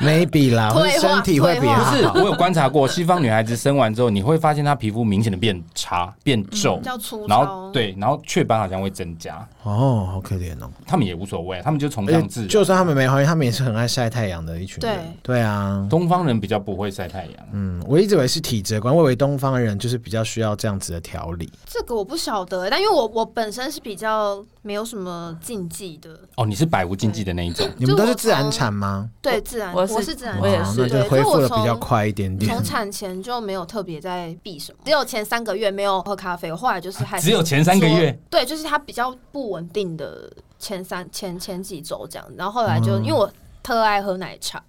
Speaker 3: maybe 啦，或
Speaker 5: 退化
Speaker 3: 者身体会比
Speaker 5: 退
Speaker 2: 不
Speaker 5: 化
Speaker 3: 较
Speaker 2: 是我有观察过，西方女孩子生完之后，你会发现她皮肤明显的变差、变皱
Speaker 5: 比，较粗
Speaker 2: 然后
Speaker 5: 糙。，
Speaker 2: 对，然后雀斑好像会增加，
Speaker 3: 哦，好可怜哦。
Speaker 2: 他们也无所谓，他们就崇
Speaker 3: 而且
Speaker 2: 尚自然。
Speaker 3: 就算他们没怀孕，他们也是很爱晒太阳的一群人。对啊，
Speaker 2: 东方人比较不会晒太阳，
Speaker 3: 嗯，我一直以为是体质的关，我以为东方人就是比较需要这样子的调理。
Speaker 5: 这个我不晓得，但因为我我本身是比较没有什么禁忌的，
Speaker 2: 哦，你是百无禁忌的那一
Speaker 5: 嗯
Speaker 2: 种，
Speaker 3: 你们都是自然产吗？
Speaker 5: 对自然，
Speaker 4: 我
Speaker 5: 我
Speaker 4: 是
Speaker 5: 自然
Speaker 4: 我也
Speaker 3: 哇
Speaker 5: 产，
Speaker 4: 是
Speaker 3: 哦那
Speaker 5: 对，
Speaker 3: 就恢复
Speaker 5: 所
Speaker 3: 的
Speaker 5: 以我
Speaker 3: 比较
Speaker 5: 从
Speaker 3: 快一点点
Speaker 5: 从。产前就没有特别在避什么，只有前三个月没有喝咖啡，我后来就是
Speaker 3: 啊
Speaker 5: 还是
Speaker 2: 只有前三个月
Speaker 5: 说，对，
Speaker 3: 嗯
Speaker 5: 就是它比较不稳定的前三前前几周这样，然后后来就、因为我。特爱喝奶茶，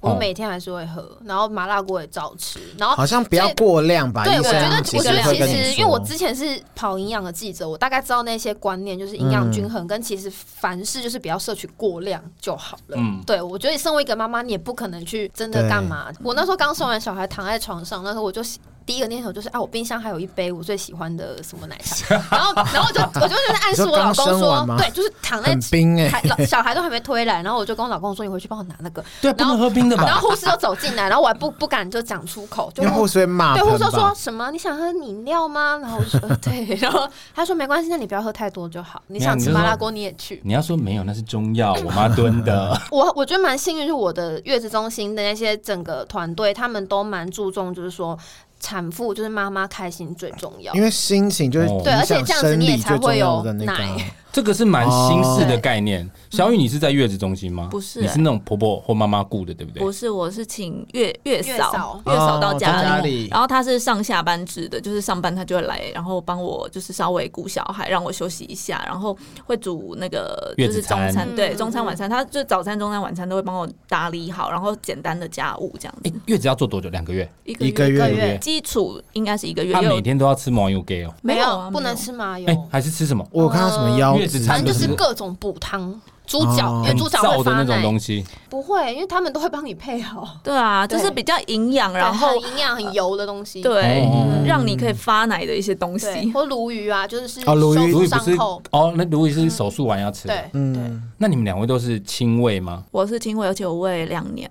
Speaker 5: 我
Speaker 2: 哦
Speaker 5: 每天还是会喝，然后麻辣锅也照吃，然后
Speaker 3: 好像不要过量吧？
Speaker 5: 对，
Speaker 3: 医
Speaker 5: 我觉
Speaker 3: 生啊
Speaker 5: 得，
Speaker 3: 其
Speaker 5: 我觉
Speaker 3: 实
Speaker 5: 得
Speaker 3: 会
Speaker 5: 其
Speaker 3: 跟你
Speaker 5: 实，因为
Speaker 3: 说
Speaker 5: 我之前是跑营养的记者，我大概知道那些观念，就是营养均衡
Speaker 3: 嗯
Speaker 5: 跟其实凡事就是不要摄取过量就好了。
Speaker 2: 嗯
Speaker 5: 对，我觉得身为一个妈妈，你也不可能去真的干嘛。我那时候刚生完小孩，躺在床上，那时候我就。第一个念头就是啊，我冰箱还有一杯我最喜欢的什么奶茶， 然后，然后我就我就在暗示
Speaker 3: 你
Speaker 5: 我
Speaker 3: 说刚
Speaker 5: 老公
Speaker 3: 生完
Speaker 5: 说，
Speaker 3: 吗
Speaker 5: 对，就是躺在
Speaker 3: 很冰欸
Speaker 5: 还老小孩都还没推来，然后我就跟我老公说，你回去帮我拿那个，
Speaker 3: 啊
Speaker 2: 对，啊不
Speaker 5: 然后
Speaker 2: 能喝冰的
Speaker 5: 然
Speaker 2: 吧？
Speaker 5: 后护士就走进来，然后我还不不敢就讲出口，就
Speaker 3: 因为护士会骂
Speaker 5: 对，
Speaker 3: 喷
Speaker 5: 护
Speaker 3: 吧，
Speaker 5: 士就说什么你想喝饮料吗？ 然后我就说呃对，然后他说没关系，那你不要喝太多就好。你
Speaker 2: 没有
Speaker 5: 想
Speaker 2: 你
Speaker 5: 吃
Speaker 2: 就
Speaker 5: 麻
Speaker 2: 说嗯
Speaker 5: 辣锅你也去。
Speaker 2: 你要说没有，那是中药，我妈炖 的。
Speaker 5: 我我觉得蛮幸运，就是我的月子中心的那些整个团队，他们都蛮注重，就是说产妇就是妈妈开心最重要
Speaker 3: 因。为心情就是
Speaker 2: 哦
Speaker 5: 对，而且这样子你也才会有
Speaker 3: 的那个啊
Speaker 5: 奶。
Speaker 2: 这个是蛮新式的概
Speaker 5: 哦
Speaker 2: 念。小雨，你是在月子中心吗？
Speaker 4: 不是
Speaker 2: 你是那种婆婆或妈妈雇的，对不对
Speaker 4: 不？是，我是请月月
Speaker 5: 月
Speaker 4: 嫂
Speaker 5: 嫂，
Speaker 4: 月嫂到
Speaker 3: 哦
Speaker 4: 家
Speaker 3: 到
Speaker 4: 里，
Speaker 3: 家里
Speaker 4: 然后她是上下班制的，就是上班她就会来，然后帮我就是稍微顾小孩，让我休息一下，然后会煮那个就
Speaker 2: 月子
Speaker 4: 是中
Speaker 2: 餐
Speaker 4: 餐，对，
Speaker 5: 嗯
Speaker 4: 中餐晚餐，她就早餐、中餐、晚餐都会帮我打理好，然后简单的家务这样子
Speaker 2: 哎，，月子要做多久？两个月？
Speaker 4: 一个
Speaker 3: 一个
Speaker 4: 月
Speaker 5: 一个
Speaker 3: 月
Speaker 5: 月
Speaker 4: 基础应该是一个月，
Speaker 2: 她
Speaker 4: 因为
Speaker 2: 每天都要吃毛油给哦。
Speaker 4: 没有啊
Speaker 5: 有不能
Speaker 4: 没有
Speaker 5: 吃麻油
Speaker 2: 哎，，还是吃什么？
Speaker 3: 我有看到什么腰
Speaker 2: 月子
Speaker 5: 哦反
Speaker 2: 餐
Speaker 5: 正就
Speaker 2: 的
Speaker 5: 是
Speaker 2: 是
Speaker 5: 各种补汤。猪脚，
Speaker 3: 哦
Speaker 5: 因为
Speaker 2: 很
Speaker 5: 猪脚会
Speaker 2: 燥的
Speaker 5: 发
Speaker 2: 那种
Speaker 5: 奶，
Speaker 2: 东西，
Speaker 5: 不会，因为他们都会帮你配好，
Speaker 4: 对啊，就是
Speaker 5: 对
Speaker 4: 比较营养， 然
Speaker 5: 对
Speaker 4: 后
Speaker 5: 很营养、很油的东西，
Speaker 4: 对
Speaker 2: 哦，
Speaker 4: 让你可以发奶的一些东
Speaker 5: 对，
Speaker 4: 西。
Speaker 5: 或鲈鱼啊，就是是
Speaker 3: 哦鲈鱼
Speaker 5: 收
Speaker 2: 鲈
Speaker 5: 复
Speaker 2: 鱼不
Speaker 5: 伤
Speaker 2: 是
Speaker 5: 口，
Speaker 2: 哦，那鲈鱼是手术完要吃的。
Speaker 5: 对，对。
Speaker 3: 嗯，
Speaker 2: 那你们两位都是亲喂吗？
Speaker 4: 我是亲喂，而且我喂了两年，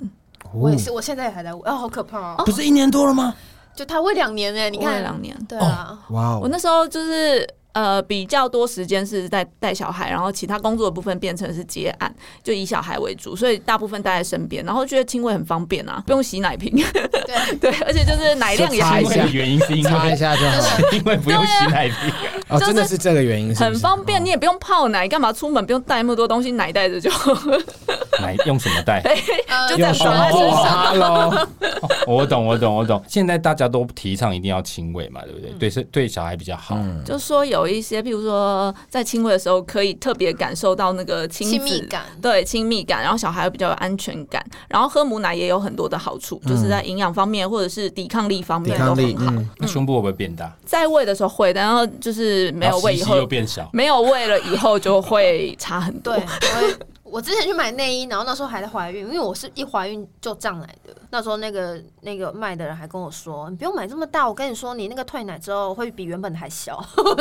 Speaker 5: 我也是，我现在也还在喂，哦，好可怕哦！
Speaker 2: 不是一年多了吗？
Speaker 5: 就他喂两年哎，你
Speaker 4: 喂了
Speaker 5: 看，
Speaker 4: 两年。
Speaker 5: 对啊，
Speaker 3: 哇
Speaker 4: 我
Speaker 3: 哦，
Speaker 4: 那时候就是呃比较多时间是在带小孩，然后其他工作的部分变成是接案，就以小孩为主，所以大部分待在身边，然后觉得亲喂很方便啊，不用洗奶瓶，
Speaker 5: 对，
Speaker 4: 对，而且就是奶量也
Speaker 3: 就擦
Speaker 4: 还
Speaker 3: 一
Speaker 2: 亲喂
Speaker 3: 下
Speaker 2: 的原因是因
Speaker 3: 擦 一
Speaker 2: 为
Speaker 3: 下就好。
Speaker 2: 因为不用洗奶瓶，
Speaker 3: 哦，
Speaker 4: 就是
Speaker 3: 真的是这个原因，是哦不是
Speaker 4: 很方便，你也不用泡奶，干嘛出门不用带那么多东西，奶带着就 好。
Speaker 2: 奶用什么带？
Speaker 5: 呃
Speaker 4: 就
Speaker 3: 用
Speaker 4: 在
Speaker 3: 手
Speaker 4: 手在身上
Speaker 3: 哈喽，
Speaker 2: 啊哦我懂，我懂，我懂。现在大家都提倡一定要亲喂嘛，对不对？
Speaker 4: 嗯
Speaker 2: 对，是对小孩比较好。
Speaker 4: 就说有一些，譬如说在亲喂的时候，可以特别感受到那个亲子
Speaker 5: 亲密感
Speaker 4: 对亲密感，然后小孩会比较有安全感。然后喝母奶也有很多的好处，
Speaker 2: 嗯
Speaker 4: 就是在营养方面或者是抵抗力方
Speaker 3: 抵
Speaker 4: 面都
Speaker 3: 抗
Speaker 4: 很
Speaker 3: 力，
Speaker 4: 好。
Speaker 3: 嗯，
Speaker 2: 那胸部会不会变大？
Speaker 4: 在喂的时候会，然后就是没
Speaker 2: 然
Speaker 4: 有
Speaker 2: 后
Speaker 4: 喂
Speaker 2: 吸
Speaker 4: 以
Speaker 2: 吸又
Speaker 4: 后，
Speaker 2: 变小。
Speaker 4: 没有喂了以后就会差很多
Speaker 5: 对，。
Speaker 3: 哦
Speaker 5: 我我之前去买内衣，然后那时候还在怀孕，因为我是一怀孕就胀奶的。那时候那个那个卖的人还跟我说，你不用买这么大，我跟你说，你那个退奶之后会比原本的还小，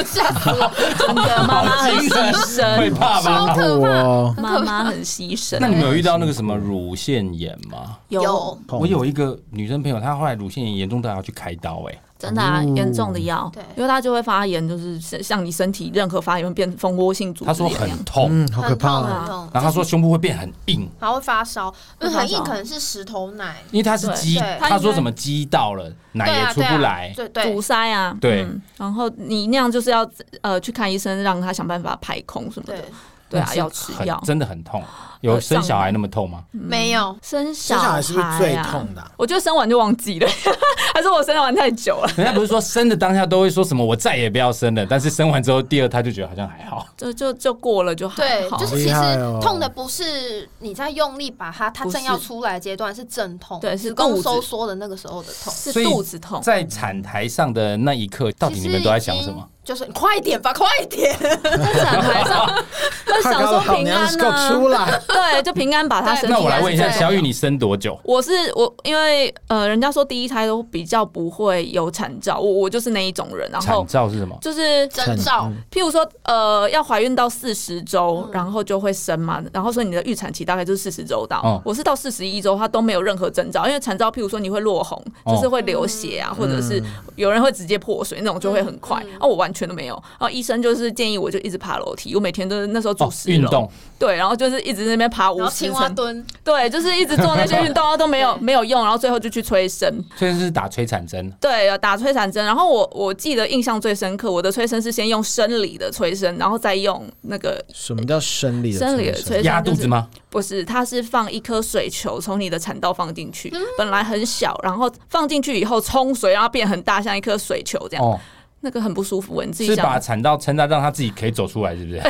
Speaker 5: 吓死我，真的
Speaker 4: 妈妈很
Speaker 2: 精神
Speaker 4: 牺
Speaker 2: 会
Speaker 4: 牲，
Speaker 2: 怕吗？
Speaker 5: 好可
Speaker 3: 酷
Speaker 5: 怕。
Speaker 3: 哦，
Speaker 4: 妈妈很牺
Speaker 2: 那你
Speaker 4: 牲。
Speaker 2: 们有遇到那个什么乳腺炎吗？
Speaker 5: 有，
Speaker 2: 我有一个女生朋友，她后来乳腺炎严重到要去开刀、哎，
Speaker 4: 真的啊，严重的要
Speaker 5: 对，
Speaker 4: 因为它就会发炎，就是像你身体任何发炎会变蜂窝性组织
Speaker 2: 她说
Speaker 4: 炎那样。
Speaker 2: 很痛，
Speaker 3: 嗯，好可
Speaker 5: 很痛
Speaker 3: 怕
Speaker 5: 很
Speaker 3: 哦，
Speaker 5: 痛，
Speaker 2: 然后她说胸部会变很硬，
Speaker 5: 还会发烧，因为很
Speaker 4: 会
Speaker 5: 硬
Speaker 4: 发烧
Speaker 5: 可能是石头奶，
Speaker 2: 因为她是鸡，
Speaker 5: 对
Speaker 2: 她说什么鸡到了，奶
Speaker 5: 对啊
Speaker 2: 也出不来。
Speaker 5: 对啊对
Speaker 4: 阻
Speaker 5: 对
Speaker 4: 塞啊，
Speaker 2: 对
Speaker 4: 嗯然后你那样就是要呃去看医生，让他想办法排空什么的
Speaker 5: 对，，
Speaker 4: 对啊，
Speaker 2: 是
Speaker 4: 要吃
Speaker 2: 很
Speaker 4: 药。呃
Speaker 2: 真的很痛。有生小孩那么痛
Speaker 4: 嗯
Speaker 2: 吗？
Speaker 5: 没有，
Speaker 4: 生
Speaker 3: 生
Speaker 4: 小
Speaker 3: 小
Speaker 4: 孩
Speaker 3: 孩
Speaker 4: 啊
Speaker 3: 是不是最痛的啊？
Speaker 4: 我觉得生完就忘记了， 还是我生完太久了，
Speaker 2: 人家不是说生的当下都会说什么我再也不要生了，但是生完之后第二胎就觉得好像还好。
Speaker 4: 就就就过了就还
Speaker 5: 对，
Speaker 4: 好
Speaker 5: 就。是
Speaker 3: 厉
Speaker 5: 其
Speaker 3: 害
Speaker 5: 实
Speaker 3: 哦
Speaker 5: 痛的不是你在用力把它，它
Speaker 4: 不是
Speaker 5: 正要出来阶段是阵痛，
Speaker 4: 对是
Speaker 5: 子宫
Speaker 4: 肚子
Speaker 5: 收缩的那个时候的痛。
Speaker 4: 是
Speaker 2: 所以
Speaker 4: 肚子痛，
Speaker 2: 在产台上的那一刻，到底你们都在想什么？？
Speaker 5: 就是你快点吧，快点！
Speaker 4: 在产台上， 在
Speaker 3: 快
Speaker 4: 想
Speaker 3: 搞
Speaker 4: 说
Speaker 3: 得好
Speaker 4: 平
Speaker 3: 娘
Speaker 4: 安
Speaker 3: 是给我
Speaker 4: 呢、
Speaker 3: 出来，
Speaker 4: 对，就平安把他身体。
Speaker 2: 那我来问一下
Speaker 5: 对
Speaker 2: 小雨，你生多久？
Speaker 4: 我是我，因为呃，人家说第一胎都比较不会有产兆，我我就是那一种人，然后
Speaker 2: 产兆是什么？
Speaker 4: 就是
Speaker 5: 征兆
Speaker 4: 譬如说，呃，要怀孕到四十周，然后就会生嘛，然后所以你的预产期大概就是四十周到。
Speaker 2: 哦
Speaker 4: 我是到四十一周，它都没有任何征兆，因为产兆，譬如说你会落红，
Speaker 2: 哦
Speaker 4: 就是会流血啊，或者是有人会直接破水那种，就会很快。哦，我完全都没有。然后医生就是建议我就一直爬楼梯，我每天都是那时候住
Speaker 2: 哦，
Speaker 4: 十
Speaker 2: 运
Speaker 4: 楼，
Speaker 2: 动。
Speaker 4: 对，然后就是一直在那边爬五
Speaker 5: 然后
Speaker 4: 十
Speaker 5: 青蛙
Speaker 4: 层，
Speaker 5: 蹲，
Speaker 4: 对，就是一直做那些运动，都没有
Speaker 5: 对
Speaker 4: 没有用，然后最后就去催生。
Speaker 2: 所以是打催产针，
Speaker 4: 对，打催产针。然后我我记得印象最深刻，我的催生是先用生理的催生，然后再用那个
Speaker 3: 什么叫生理的
Speaker 4: 生理的
Speaker 3: 催
Speaker 4: 催
Speaker 2: 压
Speaker 4: 生、就
Speaker 2: 肚
Speaker 4: 是，
Speaker 2: 子吗？
Speaker 4: 不是，它是放一颗水球从你的产道放进去，本来很小，然后放进去以后冲水，然后变很大，像一颗水球这样，
Speaker 2: 哦，
Speaker 4: 那个很不舒服。你自己
Speaker 2: 是把
Speaker 4: 想，
Speaker 2: 产道撑到让他自己可以走出来，是不是？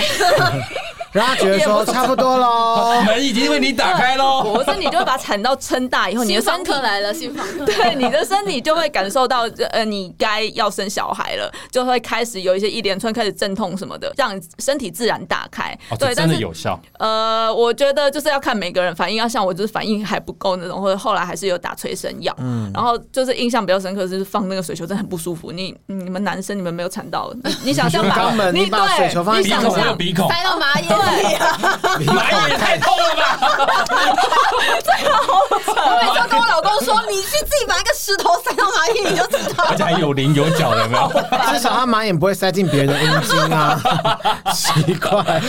Speaker 3: 然后他觉得说差不多喽，
Speaker 2: 门已经为你打开喽。
Speaker 4: 我是你就会把产道撑大以后，哦你
Speaker 5: 新
Speaker 4: 的
Speaker 5: 房
Speaker 4: 身体
Speaker 5: 客来了，新房客
Speaker 4: 对你的身体就会感受到，呃，你该要生小孩了，就会开始有一些一连串开始阵痛什么的，让身体自然打开。
Speaker 2: 哦，这
Speaker 4: 对，
Speaker 2: 真
Speaker 4: 但
Speaker 2: 的
Speaker 4: 是
Speaker 2: 有效。
Speaker 4: 呃，我觉得就是要看每个人反应，要像我就是反应还不够那种，或者后来还是有打催生药。然后就是印象比较深刻的就是放那个水球真的很不舒服。你你们男生你们没有产到，你你想象
Speaker 3: 肛
Speaker 4: 把
Speaker 3: 门你把
Speaker 4: 对
Speaker 3: 水球放在
Speaker 4: 你
Speaker 2: 鼻
Speaker 4: 想
Speaker 2: 孔没有
Speaker 4: 象
Speaker 2: 鼻孔，
Speaker 5: 塞到马眼里，
Speaker 2: 哪有也太痛了 吧？
Speaker 5: 我每次都跟我老公说，你去自己把那个石头塞到马眼里就知道
Speaker 2: 而。且还有棱有角，有没 有？
Speaker 3: 至少他马眼不会塞进别人的阴茎啊，奇怪。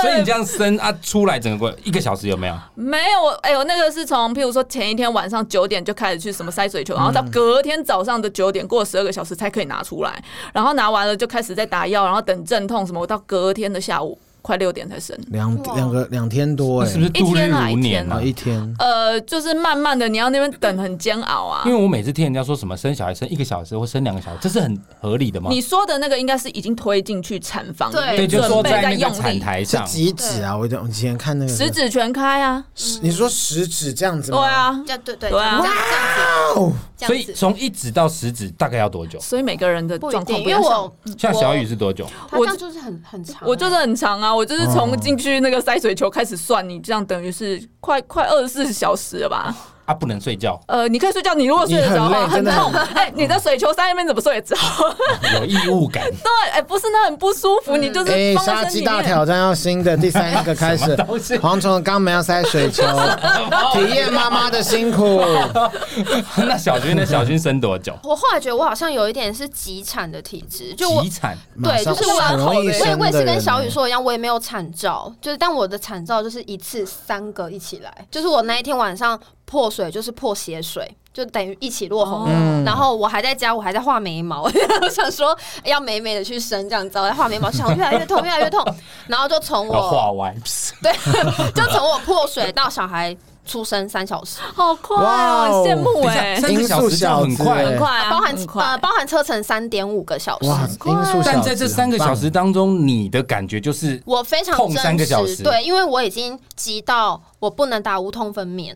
Speaker 2: 所以你这样生啊，出来整个过一个小时有没有？
Speaker 4: 没有，哎、我那个是从，譬如说前一天晚上九点就开始去什么塞水球，然后到隔天早上的九点，过十二个小时才可以拿出来，然后拿完了就开始在打药，然后等阵痛什么，我到隔天的下午快六点才生。
Speaker 3: 两两个两天多哎、
Speaker 2: 是不是度日如年
Speaker 3: 啊
Speaker 2: 啊？
Speaker 3: 一天？
Speaker 4: 呃，就是慢慢的，你要那边等很煎熬啊
Speaker 2: 因。为我每次听人家说什么生小孩生一个小时或生两个小时，这是很合理的吗？
Speaker 4: 你说的那个应该是已经推进去产房里
Speaker 5: 对
Speaker 4: 面，
Speaker 2: 对，就
Speaker 4: 准
Speaker 2: 说
Speaker 4: 备
Speaker 2: 在
Speaker 4: 在
Speaker 2: 那
Speaker 4: 用
Speaker 2: 个产
Speaker 4: 力，
Speaker 2: 台
Speaker 3: 是
Speaker 2: 上，
Speaker 3: 几指啊？我我以前看那个
Speaker 4: 十，指全开啊。
Speaker 3: 十你说食指这样子吗？
Speaker 4: 对，啊，
Speaker 5: 这样对对
Speaker 4: 对啊
Speaker 5: 这样
Speaker 3: 哦，
Speaker 5: 这样
Speaker 2: 所
Speaker 5: 子，这样
Speaker 2: 以
Speaker 5: 子
Speaker 2: 从一指到十指大概要多久？
Speaker 4: 所以每个人的
Speaker 5: 不
Speaker 4: 状
Speaker 5: 一
Speaker 4: 况
Speaker 5: 定，
Speaker 4: 不一
Speaker 5: 因为
Speaker 4: 样。
Speaker 5: 我嗯
Speaker 2: 像
Speaker 5: 我
Speaker 2: 小雨是多久？
Speaker 5: 他这样就是很很长，欸
Speaker 4: 我就是很长啊，我就是从进去那个塞水球开始算，你这样等于是快快二十四小时了吧？
Speaker 2: 啊，不能睡觉，
Speaker 4: 呃，你可以睡觉，你如果睡得着
Speaker 3: 你很累
Speaker 4: 话
Speaker 3: 真
Speaker 4: 很
Speaker 3: 的
Speaker 4: 痛，哎，你的水球塞那边怎么睡得着？
Speaker 2: 有异物感。
Speaker 4: 对，哎，不是那很不舒服，你就是
Speaker 3: 哎，
Speaker 4: 放
Speaker 3: 杀
Speaker 4: 在身
Speaker 3: 鸡
Speaker 4: 体
Speaker 3: 大
Speaker 4: 里面。
Speaker 3: 挑战要新的第三个开
Speaker 2: 什么
Speaker 3: 始
Speaker 2: 东西，
Speaker 3: 蝗虫的肛门要塞水球，体验妈妈的辛苦。
Speaker 2: 那小军呢？小军生多久？
Speaker 5: 我后来觉得我好像有一点是急产的体质，就我
Speaker 2: 急产，
Speaker 3: 马
Speaker 5: 对，
Speaker 3: 上
Speaker 5: 就是我
Speaker 3: 很容易
Speaker 5: 我也
Speaker 3: 生
Speaker 5: 我也是
Speaker 3: 的人
Speaker 5: 跟小雨说的一样，我也没有产兆，就是但我的产兆就是一次三个一起来，就是我那一天晚上破水就是破血水。就等于一起落红，然
Speaker 3: 嗯
Speaker 5: 后我还在家，我还在画眉毛， 我想说要美美的去生这样子，我在画眉毛，想越来越痛，越来越痛，然后就从
Speaker 2: 要画
Speaker 5: 我
Speaker 2: 歪。
Speaker 5: 对， 就从我破水到小孩出生三小时，
Speaker 4: 好快哦，
Speaker 3: 哇哦
Speaker 4: 很羡慕
Speaker 2: 等一
Speaker 4: 哎
Speaker 2: 下，三个小时就很
Speaker 3: 音速小
Speaker 2: 快
Speaker 3: 子
Speaker 4: 很。快啊，
Speaker 5: 包含
Speaker 4: 很
Speaker 5: 呃
Speaker 4: 快。
Speaker 5: 包含车程三点五个小时，
Speaker 3: 哇，因素小
Speaker 2: 但在这三个小时
Speaker 3: 很
Speaker 2: 当中，你的感觉就是
Speaker 5: 我非常
Speaker 2: 痛
Speaker 5: 真
Speaker 2: 三个小
Speaker 5: 实
Speaker 2: 时
Speaker 5: 对，因为我已经急到我不能打无痛分娩，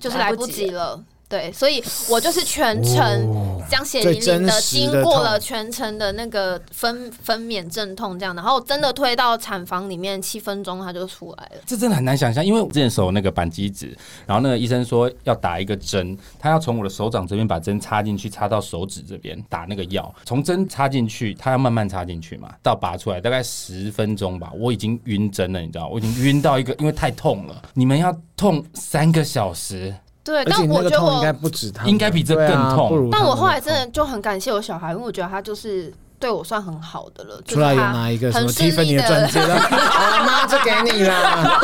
Speaker 5: 就是嗯来
Speaker 4: 来
Speaker 5: 不
Speaker 4: 不
Speaker 5: 及
Speaker 4: 及
Speaker 5: 了。对，所以我就是全
Speaker 3: 哦
Speaker 5: 程这样血
Speaker 3: 最
Speaker 5: 淋淋
Speaker 3: 真
Speaker 5: 的
Speaker 3: 实
Speaker 5: 经
Speaker 3: 的
Speaker 5: 过
Speaker 3: 痛
Speaker 5: 了全程的那个分分娩阵痛，这样，然后真的推到产房里面七分钟，它就出来了。
Speaker 2: 这真的很难想象，因为我之前手有那个扳机指，然后那个医生说要打一个针，他要从我的手掌这边把针插进去，插到手指这边打那个药，从针插进去，他要慢慢插进去嘛，到拔出来大概十分钟吧，我已经晕针了，你知道，我已经晕到一个，因为太痛了，你们要痛三个小时，
Speaker 5: 对，
Speaker 3: 棒而且
Speaker 5: 但
Speaker 3: 那
Speaker 5: 我
Speaker 3: 个
Speaker 5: 觉得
Speaker 3: 痛应该
Speaker 5: 我，
Speaker 3: 不止他们，
Speaker 2: 应该比这
Speaker 3: 对啊
Speaker 2: 更痛
Speaker 3: 不如他
Speaker 5: 但
Speaker 3: 们
Speaker 5: 我后来真
Speaker 3: 痛
Speaker 5: 的就很感谢我小孩，因为我觉得他就是对我算很好的了。
Speaker 3: 出来有
Speaker 5: 就是他
Speaker 3: 拿一个什么
Speaker 5: 很顺
Speaker 3: Tiffany
Speaker 5: 利
Speaker 3: 的
Speaker 5: 的
Speaker 3: 钻戒 了，好妈这给你 啦，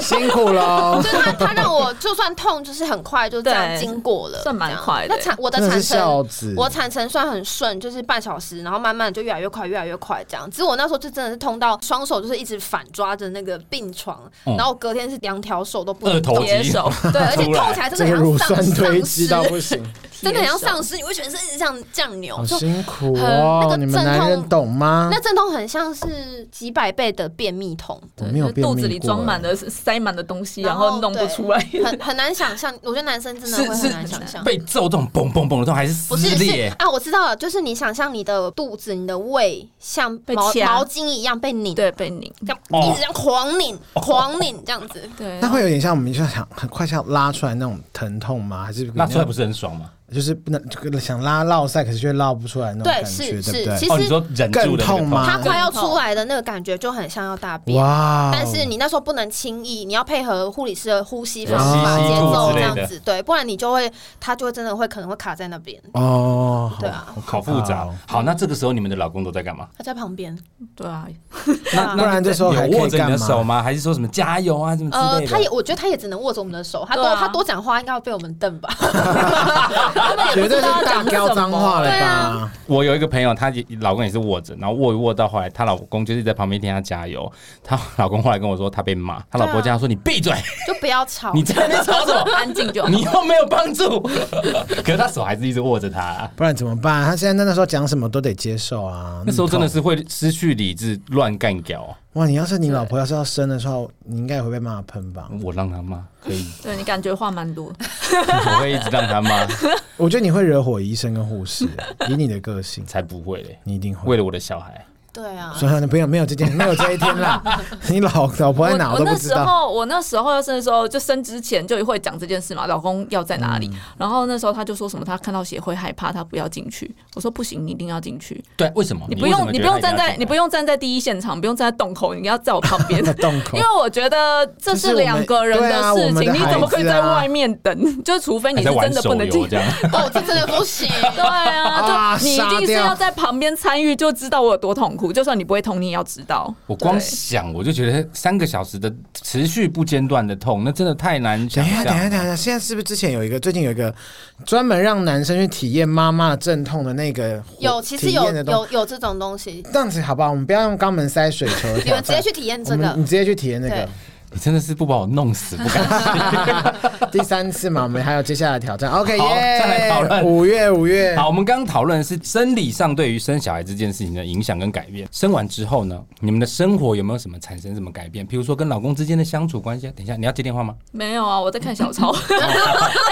Speaker 3: 辛苦喽。
Speaker 5: 就是他，他让我就算痛，就是很快就这样
Speaker 4: 对
Speaker 5: 经过了，
Speaker 4: 算蛮
Speaker 5: 这样
Speaker 4: 快的
Speaker 5: 那产我的
Speaker 3: 真的
Speaker 5: 产
Speaker 3: 是孝
Speaker 5: 程，
Speaker 3: 子，
Speaker 5: 我产程算很顺，就是半小时，然后慢慢就越来越快，越来越快这样。只是我那时候就真的是痛到双手就是一直反抓着那个病床，
Speaker 2: 嗯
Speaker 5: 然后隔天是两条手都不
Speaker 2: 二
Speaker 5: 能
Speaker 2: 头
Speaker 5: 动，
Speaker 2: 肌
Speaker 4: 解手，
Speaker 5: 对，而且
Speaker 2: 出来
Speaker 5: 痛起来真
Speaker 3: 这
Speaker 5: 的
Speaker 3: 个 乳
Speaker 5: 很像
Speaker 3: 酸
Speaker 5: 丧
Speaker 3: 堆
Speaker 5: 丧
Speaker 3: 积
Speaker 5: 尸，
Speaker 3: 到不 行，
Speaker 5: 真的很像丧尸，你会全身一直像这样扭
Speaker 3: 好，
Speaker 5: 就
Speaker 3: 辛苦
Speaker 5: 很那
Speaker 3: 哦！
Speaker 5: 个
Speaker 3: 你们男
Speaker 5: 阵
Speaker 3: 人
Speaker 5: 痛
Speaker 3: 懂吗？
Speaker 5: 那阵痛很像是几百倍的便秘痛。
Speaker 3: 我没有
Speaker 4: 就是
Speaker 3: 便
Speaker 4: 肚
Speaker 3: 秘
Speaker 4: 子里
Speaker 3: 过
Speaker 4: 装
Speaker 3: 欸
Speaker 4: 满了塞满的东西，
Speaker 5: 然
Speaker 4: 然
Speaker 5: 后
Speaker 4: 后弄不出来。
Speaker 5: 很很难想象，我觉得男生真的
Speaker 2: 是
Speaker 5: 会很难想
Speaker 2: 是
Speaker 5: 象。
Speaker 2: 被揍这种嘣嘣嘣的痛，还是
Speaker 5: 不
Speaker 2: 撕
Speaker 5: 是
Speaker 2: 裂
Speaker 5: 是？啊，我知道了，就是你想象你的肚子、你的胃像
Speaker 4: 被
Speaker 5: 毛
Speaker 4: 掐
Speaker 5: 毛巾一样被拧，
Speaker 4: 对，被拧。
Speaker 5: 这样
Speaker 2: 哦
Speaker 5: 一直这样狂拧、狂拧这样子。
Speaker 4: 对，啊
Speaker 3: 那会有点像我们就想很快像拉出来那种疼痛吗？还是
Speaker 2: 拉出来不是很爽吗？
Speaker 3: 就是不能这个想拉绕塞，可是却拉不出来那种
Speaker 5: 对
Speaker 3: 感觉，对
Speaker 5: 是是
Speaker 3: 不
Speaker 5: 其
Speaker 3: 对？
Speaker 5: 实
Speaker 2: 哦，你说忍住的那
Speaker 3: 更
Speaker 2: 个
Speaker 3: 痛吗
Speaker 5: 它快要出来的那个感觉就很像要大便，
Speaker 3: 哇哦！
Speaker 5: 但是你那时候不能轻易，你要配合护理师的呼吸
Speaker 2: 有
Speaker 5: 方法、
Speaker 2: 吸
Speaker 5: 节
Speaker 2: 吸吐
Speaker 5: 奏
Speaker 2: 之类
Speaker 5: 这样
Speaker 2: 的
Speaker 5: 子，对，不然你就会，它就会真的会可能会卡在那边，
Speaker 3: 哦，好
Speaker 5: 对啊，
Speaker 2: 好复杂
Speaker 3: 哦。
Speaker 2: 好，那这个时候你们的老公都在干嘛？
Speaker 5: 它在旁边。
Speaker 4: 对啊，
Speaker 2: 那
Speaker 5: 啊
Speaker 2: 那
Speaker 3: 不然这时候
Speaker 2: 有
Speaker 3: 还可以
Speaker 2: 握着你
Speaker 3: 干
Speaker 2: 的
Speaker 3: 嘛
Speaker 2: 手吗？还是说什么加油啊什么之
Speaker 5: 呃，
Speaker 2: 类的？
Speaker 5: 他也，我觉得他也只能握着我们的手，他多、
Speaker 4: 对啊
Speaker 5: 他多讲话应该会被我们瞪 吧。
Speaker 4: 他们也
Speaker 3: 绝对
Speaker 4: 不知
Speaker 3: 是
Speaker 4: 道要
Speaker 3: 大
Speaker 4: 讲
Speaker 3: 飙
Speaker 4: 什
Speaker 3: 脏话
Speaker 4: 么。
Speaker 3: 了
Speaker 5: 对
Speaker 3: 吧
Speaker 5: 啊？
Speaker 2: 我有一个朋友，她也老公也是握着，然后握一握到后来，她老公就是在旁边听她加油。她老公后来跟我说，他被骂，她老婆
Speaker 5: 对啊
Speaker 2: 叫他说：“你闭嘴，
Speaker 5: 就不要吵，
Speaker 2: 你在那边吵什么？
Speaker 4: 安静就好。
Speaker 2: 你又没有帮助。” 可是她手还是一直握着他啊。
Speaker 3: 不然怎么办？他现在那时候讲什么都得接受啊。
Speaker 2: 那时候真的
Speaker 3: 是
Speaker 2: 是会失去理智，乱干掉。
Speaker 3: 哇，你要是你老婆要是要生的时候，你应该也会被骂喷吧？
Speaker 5: 嗯
Speaker 2: 我让他骂可以，
Speaker 4: 对你感觉话蛮多，
Speaker 2: 我会一直让他骂，
Speaker 3: 我觉得你会惹火医生跟护 士，以你的个性，
Speaker 2: 才不会嘞。
Speaker 3: 你一定会。
Speaker 2: 为了我的小孩，
Speaker 5: 对 啊，
Speaker 3: 所以呢，朋友没有这件，没有这一天啦。你老老婆在哪
Speaker 4: 我
Speaker 3: 都不
Speaker 4: 那
Speaker 3: 知
Speaker 4: 时
Speaker 3: 道。
Speaker 4: 候，我那时候要生的时候，就生之前就会讲这件事嘛，老公要在哪里。然后那时候他就说什么，他看到血会害怕，他不要进去。我说不行，你一定要进去，
Speaker 2: 对，为什么？
Speaker 4: 你
Speaker 2: 哦
Speaker 4: 不
Speaker 2: 为什么
Speaker 4: 用，你
Speaker 2: 觉
Speaker 4: 不
Speaker 2: 得他一
Speaker 4: 用
Speaker 2: 定
Speaker 4: 站
Speaker 2: 要
Speaker 4: 在，
Speaker 2: 进
Speaker 4: 你不
Speaker 2: 来
Speaker 4: 用站在第一现场，不用站在洞口，你要在我旁边。
Speaker 3: 在洞口
Speaker 4: 因为我觉得这是两个人
Speaker 3: 这是
Speaker 4: 的
Speaker 3: 我
Speaker 4: 事
Speaker 3: 们
Speaker 4: 情，
Speaker 3: 对
Speaker 4: 你
Speaker 3: 啊
Speaker 4: 怎么可以在
Speaker 3: 我们的孩子啊
Speaker 4: 外面等？就除非你
Speaker 2: 还
Speaker 4: 是
Speaker 2: 在玩
Speaker 4: 真的不
Speaker 2: 手
Speaker 4: 能进
Speaker 2: 游这 样？
Speaker 5: 哦，这真的不行。
Speaker 4: 对啊，
Speaker 3: 啊
Speaker 4: 就你一定
Speaker 3: 杀
Speaker 4: 是
Speaker 3: 掉
Speaker 4: 要在旁边参与，就知道我有多痛苦。就算你不会痛，你也要知道。
Speaker 2: 我光
Speaker 4: 对
Speaker 2: 想我就觉得三个小时的持续不间断的痛，那真的太难想
Speaker 3: 等一
Speaker 2: 象。
Speaker 3: 下，等一下，等一下，现在是不是之前有一个，最近有一个专门让男生去体验妈妈阵痛的那个活？
Speaker 5: 有，其实
Speaker 3: 体
Speaker 5: 有
Speaker 3: 验的东
Speaker 5: 有有这种 东西，
Speaker 3: 这样子好不好？我们不要用肛门塞水球的
Speaker 5: 你
Speaker 3: 挑
Speaker 5: 们直接
Speaker 3: 战，
Speaker 5: 去体验
Speaker 3: 我
Speaker 5: 这
Speaker 3: 们你直
Speaker 5: 个。
Speaker 3: 接去体验那个
Speaker 5: 对。
Speaker 2: 你真的是不把我弄死不敢。
Speaker 3: 第三次嘛，我们还有接下来的挑战。OK，
Speaker 2: 好再来讨
Speaker 3: 耶！
Speaker 2: 论
Speaker 3: 五月，五月，
Speaker 2: 好，我们刚刚讨论的是生理上对于生小孩这件事情的影响跟改变。生完之后呢，你们的生活有没有什么产生什么改变？譬如说跟老公之间的相处关系啊？等一下，你要接电话吗？
Speaker 4: 没有啊，我在看 小抄。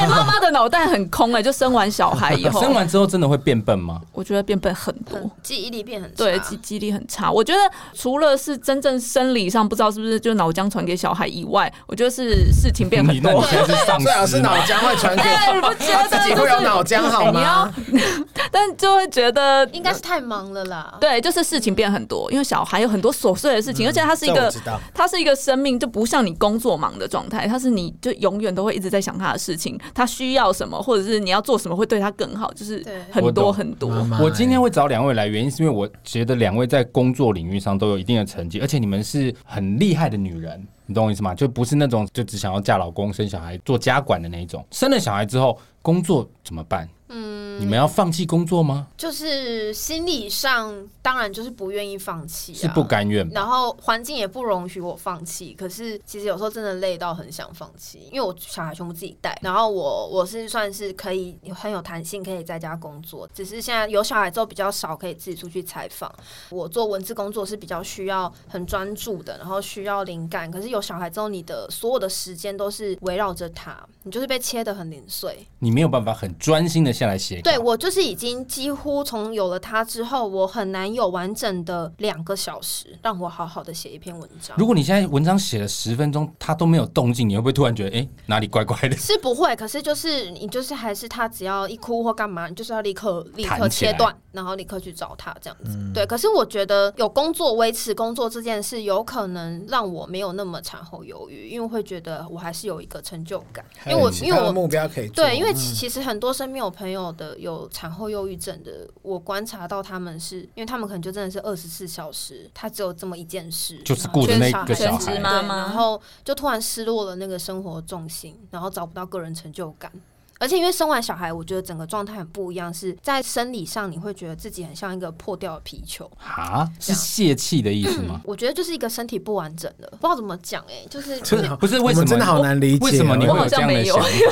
Speaker 4: 哎，妈妈的脑袋很空哎、就生完小孩以 后，
Speaker 2: 生完之后真的会变笨吗？
Speaker 4: 我觉得变笨很多
Speaker 5: 很。记忆力变很差，
Speaker 4: 对，记记忆力很差。我觉得除了是真正生理上不知道是不是就脑浆传给小孩以外，我觉得是事情变
Speaker 2: 你
Speaker 4: 很
Speaker 2: 那你
Speaker 4: 多。
Speaker 2: 现在是 丧
Speaker 3: 最好
Speaker 2: 尸
Speaker 3: 是脑
Speaker 2: 吗？
Speaker 3: 浆会传给
Speaker 4: 哎，不觉得
Speaker 3: 他自己会有脑浆好吗？
Speaker 4: 但就会觉得
Speaker 5: 应该是太忙了啦。
Speaker 4: 对，就是事情变很多，因为小孩有很多琐碎的事情，而且他是一
Speaker 3: 嗯这我
Speaker 4: 个
Speaker 3: 知道
Speaker 4: 他是一个生命，就不像你工作忙的状态，他是你就永远都会一直在想他的事情，他需要什么，或者是你要做什么会对他更好，就是
Speaker 5: 对
Speaker 4: 很
Speaker 2: 我
Speaker 4: 多
Speaker 2: 懂
Speaker 4: 很
Speaker 3: 妈
Speaker 4: 多。
Speaker 3: 妈
Speaker 2: 我今天会找两位来，原因是因为我觉得两位在工作领域上都有一定的成绩，而且你们是很厉害的女人，你懂我意思吗？就不是那种就只想要嫁老公、生小孩、做家管的那一种。生了小孩之后，工作怎么办？嗯，你们要放弃工作吗？
Speaker 5: 就是心理上当然就是不愿意放弃、啊，
Speaker 2: 是不甘愿吧？
Speaker 5: 然后环境也不容许我放弃，可是其实有时候真的累到很想放弃，因为我小孩全部自己带，然后我我是算是可以很有弹性，可以在家工作，只是现在有小孩之后比较少可以自己出去采访。我做文字工作是比较需要很专注的，然后需要灵感，可是有小孩之后，你的所有的时间都是围绕着他，你就是被切得很零碎。
Speaker 2: 你没有办法很专心的下来写稿。
Speaker 5: 对我就是已经几乎从有了他之后，我很难有完整的两个小时让我好好的写一篇文章。
Speaker 2: 如果你现在文章写了十分钟，它都没有动静，你会不会突然觉得，哎、哪里怪怪 的？
Speaker 5: 是不会，可是就是你就是还是他只要一哭或干嘛，你就是要立刻立刻
Speaker 2: 弹起
Speaker 5: 切
Speaker 2: 来嗯
Speaker 5: 断，然后立刻去找他这样子。对，可是我觉得有工作维持工作这件事，有可能让我没有那么产后忧郁，因为会觉得我还是有一个成就感，因为我因为
Speaker 3: 哎他的
Speaker 5: 我。
Speaker 3: 目标可以做
Speaker 5: 对，因为
Speaker 2: 嗯
Speaker 5: 其其实很多身边有朋友的有产后忧郁症的，我观察到他们是因为他们可能就真的是二十四小时，他只有这么一件事，
Speaker 2: 就是
Speaker 5: 然后
Speaker 2: 顾着
Speaker 5: 是
Speaker 2: 那
Speaker 5: 小
Speaker 2: 个
Speaker 5: 孩
Speaker 2: 小孩
Speaker 4: 全职。妈
Speaker 5: 对
Speaker 4: 妈
Speaker 5: 然后就突然失落了那个生活重心，然后找不到个人成就感。而且因为生完小孩，我觉得整个状态很不一样，是在生理上你会觉得自己很像一个破掉的皮球，
Speaker 2: 啊，是泄气的意思吗？
Speaker 5: 我觉得就是一个身体不完整的，不知道怎么讲哎、 就是
Speaker 3: 真的
Speaker 2: 不是
Speaker 3: 我
Speaker 2: 为什
Speaker 3: 们
Speaker 2: 么？
Speaker 3: 真的好难理解哦
Speaker 2: 为什么你会有这样的想
Speaker 4: 我好
Speaker 2: 法？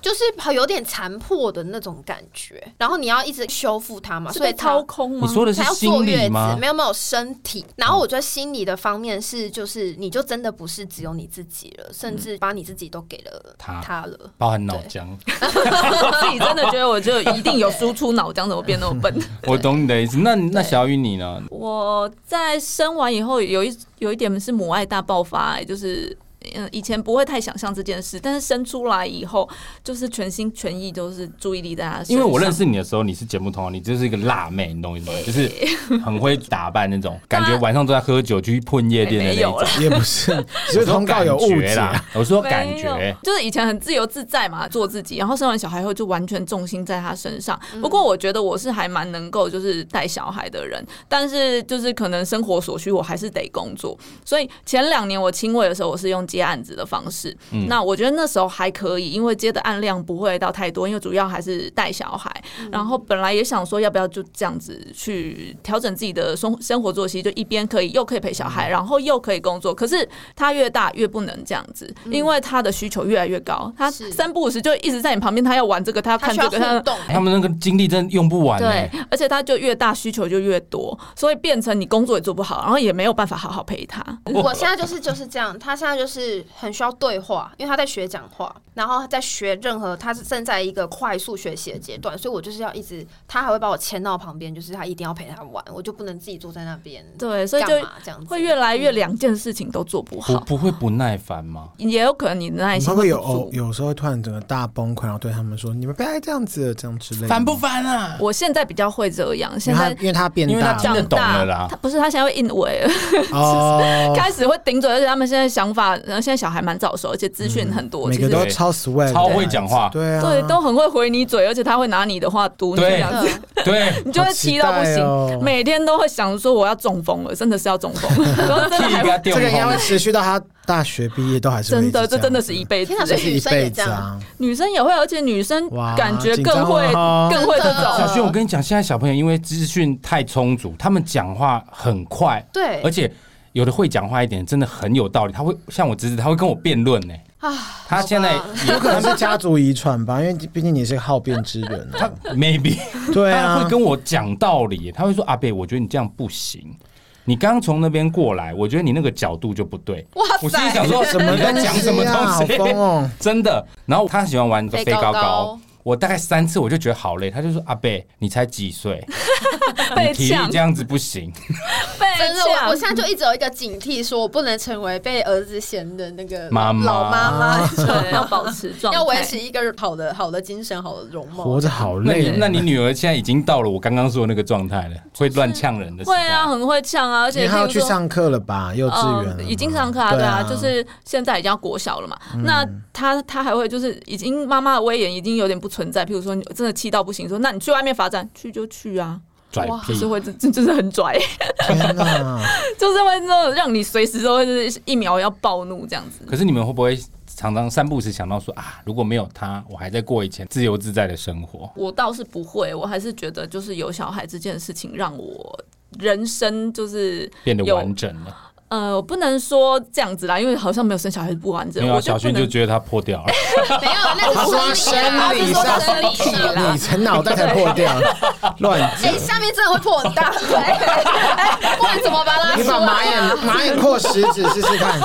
Speaker 5: 就是好有点残破的那种感觉，然后你要一直修复它嘛，
Speaker 4: 是
Speaker 5: 所以
Speaker 4: 被掏
Speaker 5: 它
Speaker 4: 空吗？
Speaker 2: 你说的是
Speaker 5: 还要坐
Speaker 2: 心
Speaker 5: 月
Speaker 2: 理
Speaker 5: 子
Speaker 2: 吗，
Speaker 5: 没？有没有身体。然后我觉得心理的方面是，就是你就真的不是只有你自己了，甚至把你自己都给了
Speaker 2: 嗯他
Speaker 5: 他了。
Speaker 2: 包含脑浆，
Speaker 4: 我 自己真的觉得我就一定有输出脑浆，怎么变那么笨？
Speaker 2: 我懂你的意思。那那小雨你呢？
Speaker 4: 我在生完以后有一有一点是母爱大爆发、哎就是。嗯，以前不会太想象这件事，但是生出来以后，就是全心全意都是注意力在他身上。
Speaker 2: 因为我认识你的时候，你是节目同行，你就是一个辣妹，你懂我意思吗？就是很会打扮那种，感觉晚上都在喝酒去混夜店的那
Speaker 4: 哎没有
Speaker 2: 种
Speaker 4: 啦。
Speaker 3: 也 不是，只是通告有误
Speaker 2: 我说感觉。
Speaker 3: 解
Speaker 2: 啦，我说
Speaker 4: 没
Speaker 2: 感
Speaker 4: 有
Speaker 2: 觉，
Speaker 4: 就是以前很自由自在嘛，做自己，然后生完小孩后就完全重心在他身上。
Speaker 2: 嗯
Speaker 4: 不过我觉得我是还蛮能够就是带小孩的人，但是就是可能生活所需，我还是得工作。所以前两年我亲喂的时候，我是用接接案子的方式。
Speaker 2: 嗯
Speaker 4: 那我觉得那时候还可以，因为接的案量不会到太多，因为主要还是带小孩。
Speaker 5: 嗯
Speaker 4: 然后本来也想说要不要就这样子去调整自己的生生活作息，就一边可以又可以陪小
Speaker 5: 嗯
Speaker 4: 孩，然后又可以工作。可是他越大越不能这样子，因为他的需求越来越高，他
Speaker 5: 嗯是
Speaker 4: 三不五时就一直在你旁边，他要玩这个，他要
Speaker 5: 他
Speaker 4: 看
Speaker 5: 需
Speaker 4: 这
Speaker 5: 要
Speaker 4: 个，他
Speaker 5: 互 动，
Speaker 2: 他们那个精力真的用不
Speaker 3: 哎
Speaker 2: 完、
Speaker 5: 对
Speaker 2: 欸，
Speaker 4: 而且他就越大需求就越多，所以变成你工作也做不好，然后也没有办法好好陪他。
Speaker 5: 我现在就是就是这样，他现在就是很需要对话，因为他在学讲话，然后他在学任何，他是正在一个快速学习的阶段，所以我就是要一直，他还会把我牵到旁边，就是他一定要陪他玩，我就不能自己坐在那边
Speaker 4: 对，所以就
Speaker 5: 干嘛这样子，嗯
Speaker 4: 会越来越两件事情都做不
Speaker 2: 不
Speaker 4: 好，
Speaker 2: 不会不耐烦吗？
Speaker 4: 也有可能你的耐
Speaker 3: 你会
Speaker 4: 心
Speaker 3: 不会有
Speaker 4: 不
Speaker 3: 偶
Speaker 4: 足。
Speaker 3: 有时候会突然整个大崩溃，然后对他们说：“你们不要再这样子了，这样之类的。”
Speaker 2: 烦不烦啊？
Speaker 4: 我现在比较会这样，
Speaker 3: 因
Speaker 4: 现
Speaker 3: 为他
Speaker 4: 在
Speaker 3: 因为他变
Speaker 2: 因为他
Speaker 3: 大
Speaker 2: 听
Speaker 3: 了
Speaker 2: 得懂了
Speaker 4: 他
Speaker 2: 啦。
Speaker 4: 不是他现在会硬尾了，
Speaker 3: 哦，
Speaker 4: 开始会顶嘴，而且他们现在想法，然后现在小孩蛮早熟，而且资讯很多，
Speaker 3: 每
Speaker 4: 其
Speaker 3: 个
Speaker 4: 实
Speaker 3: 都超 sweat，
Speaker 2: 超会讲话
Speaker 3: 对啊，
Speaker 4: 对都很会回你嘴，而且他会拿你的话堵你
Speaker 2: 对
Speaker 4: 这样子。
Speaker 5: 嗯
Speaker 2: 对，
Speaker 4: 你就会气到不行，
Speaker 3: 好期待哦
Speaker 4: 每天都会想说我要中风了，真的是要 中风，然后真的
Speaker 2: 屁
Speaker 4: 还
Speaker 2: 给他
Speaker 4: 会
Speaker 2: 电
Speaker 3: 这个应该
Speaker 2: 话
Speaker 3: 会。持续到他大学毕业都还是会一
Speaker 4: 真
Speaker 3: 直
Speaker 4: 的，
Speaker 3: 这
Speaker 4: 这
Speaker 3: 样
Speaker 4: 真的是一辈子
Speaker 5: 天。哪，所以女
Speaker 3: 一
Speaker 5: 生也
Speaker 3: 辈
Speaker 5: 这
Speaker 3: 子
Speaker 5: 样，
Speaker 3: 啊。
Speaker 4: 女生也会，而且女生
Speaker 3: 哇
Speaker 4: 感觉
Speaker 3: 紧
Speaker 4: 更
Speaker 3: 张
Speaker 4: 会
Speaker 3: 哦
Speaker 4: 更会这
Speaker 5: 真
Speaker 4: 种
Speaker 5: 的。
Speaker 2: 小薰，我跟你讲，现在小朋友因为资讯太充足，他们讲话很快，
Speaker 5: 对
Speaker 2: 而且有的会讲话一点，真的很有道理。他会像我侄子，他会跟我辩论呢。
Speaker 5: 啊，
Speaker 2: 他现在
Speaker 5: 好吧
Speaker 3: 有可能是家族遗传吧，因为毕竟你是个好辩之人、啊。
Speaker 2: maybe
Speaker 3: 对
Speaker 2: 他
Speaker 3: 啊
Speaker 2: 会，跟我讲道理，他会说：“阿贝，我觉得你这样不行，你刚从那边过来，我觉得你那个角度就不对。”
Speaker 5: 哇塞
Speaker 2: 我心里想说
Speaker 3: 什么
Speaker 2: 你在
Speaker 3: 东
Speaker 2: 讲什么
Speaker 3: 西啊，好
Speaker 2: 东
Speaker 3: 疯
Speaker 2: 西？
Speaker 3: 哦！
Speaker 2: 真的。然后他喜欢玩那个
Speaker 5: 飞
Speaker 2: 飞高
Speaker 5: 高
Speaker 2: 高
Speaker 5: 高。
Speaker 2: 我大概三次我就觉得好累，他就说：“阿贝，你才几 岁，你
Speaker 4: 被
Speaker 2: 体力
Speaker 4: 呛
Speaker 2: 这，样子不行。
Speaker 4: 被
Speaker 5: 真的，
Speaker 4: 呛
Speaker 5: 我我现在就一直有一个警惕，说我不能成为被儿子嫌的那个
Speaker 2: 妈妈
Speaker 5: 老妈妈，
Speaker 4: 对啊要保持状态，
Speaker 5: 要维持一个好的好的精神，好的容貌，
Speaker 3: 活着好
Speaker 2: 那
Speaker 3: 累
Speaker 2: 你
Speaker 3: 哦。
Speaker 2: 那你女儿现在已经到了我刚刚说的那个状态了，会乱呛人的时
Speaker 4: 会
Speaker 2: 代。
Speaker 4: 啊，很会呛啊，而且
Speaker 3: 你还要
Speaker 4: 譬如
Speaker 3: 去
Speaker 4: 说哦
Speaker 3: 上课了吧？幼稚园了吗、
Speaker 4: 已经上课啊，
Speaker 3: 对
Speaker 4: 对啊，就是现在已经要国小了嘛。
Speaker 2: 嗯
Speaker 4: 那他他还会就是已经妈妈的威严已经有点不存在，譬如说你真的气到不行，说那你去外面罚站，去就去啊，
Speaker 2: 拽
Speaker 5: 哇
Speaker 2: 屁
Speaker 4: 就是会 就就是很拽，
Speaker 3: 天哪！
Speaker 4: 就是会那种让你随时都会就是一秒要暴怒这样子。
Speaker 2: 可是你们会不会常常散步时想到说啊，如果没有他，我还在过以前自由自在的生活？
Speaker 4: 我倒是不会，我还是觉得就是有小孩这件事情让我人生就是
Speaker 2: 变得
Speaker 4: 有
Speaker 2: 完整了。
Speaker 4: 呃，我不能说这样子啦，因为好像没有生小孩是不完整
Speaker 2: 没。有、
Speaker 4: 我
Speaker 2: 啊，小
Speaker 4: 不
Speaker 2: 薰就
Speaker 4: 能
Speaker 2: 觉得他破掉 了。
Speaker 5: 没有，那
Speaker 3: 他说
Speaker 5: 个
Speaker 3: 生
Speaker 5: 是
Speaker 3: 理
Speaker 5: 说
Speaker 3: 上，
Speaker 5: 生理上
Speaker 3: 屁你才脑袋才破掉，乱
Speaker 5: 哎、下面真的会破很大块， 哎不然怎么把它拉
Speaker 3: 你
Speaker 5: 出
Speaker 3: 把马
Speaker 5: 来
Speaker 3: 眼
Speaker 5: 啊？
Speaker 3: 马眼扩食指试 试看，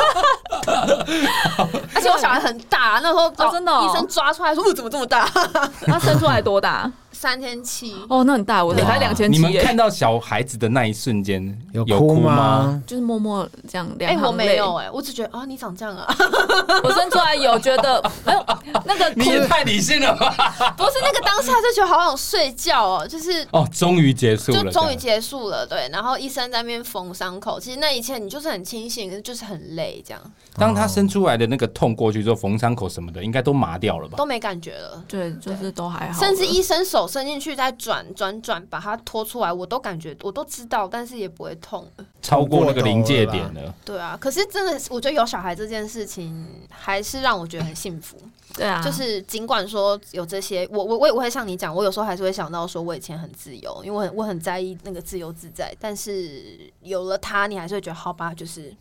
Speaker 5: 而且我小孩很大，那时候
Speaker 4: 哦
Speaker 5: 找
Speaker 4: 真的哦
Speaker 5: 医生抓出来说，我怎么这么大？
Speaker 4: 他啊生出来多大？
Speaker 5: 三天七，
Speaker 4: 哦，那很大，我的才两千
Speaker 2: 你
Speaker 4: 七
Speaker 2: 们
Speaker 4: 耶。
Speaker 2: 看到小孩子的那一瞬间
Speaker 3: 有
Speaker 2: 哭
Speaker 3: 哭？吗？
Speaker 4: 就是默默这样两
Speaker 5: 哎、我
Speaker 4: 行
Speaker 5: 没
Speaker 4: 泪。
Speaker 5: 有哎、我只觉得啊，你长这样啊，
Speaker 4: 我生出来有觉得，哎呦，那个哭
Speaker 2: 你也太理性了吧！
Speaker 5: 不是那个当下就觉得好想睡觉哦，就是。
Speaker 2: 哦，终于结束
Speaker 5: 就
Speaker 2: 了，
Speaker 5: 终于结束了，对。然后医生在那边缝伤口，其实那一切你就是很清醒，可是就是很累，这样
Speaker 2: 当他生出来的那个痛过去之后，缝伤口什么的应该都麻掉了吧？
Speaker 5: 都没感觉了。
Speaker 4: 对，就是都还好了，
Speaker 5: 甚至医生手伸进去再转转转，把它拖出来，我都感觉我都知道，但是也不会痛。
Speaker 2: 超过那个临界点
Speaker 3: 痛
Speaker 2: 了。
Speaker 5: 对啊，可是真的是，我觉得有小孩这件事情还是让我觉得很幸福。
Speaker 4: 对啊，
Speaker 5: 就是尽管说有这些，我我我也我会像你讲，我有时候还是会想到说，我以前很自由，因为我很我很在意那个自由自在，但是有了他，你还是会觉得好吧，就是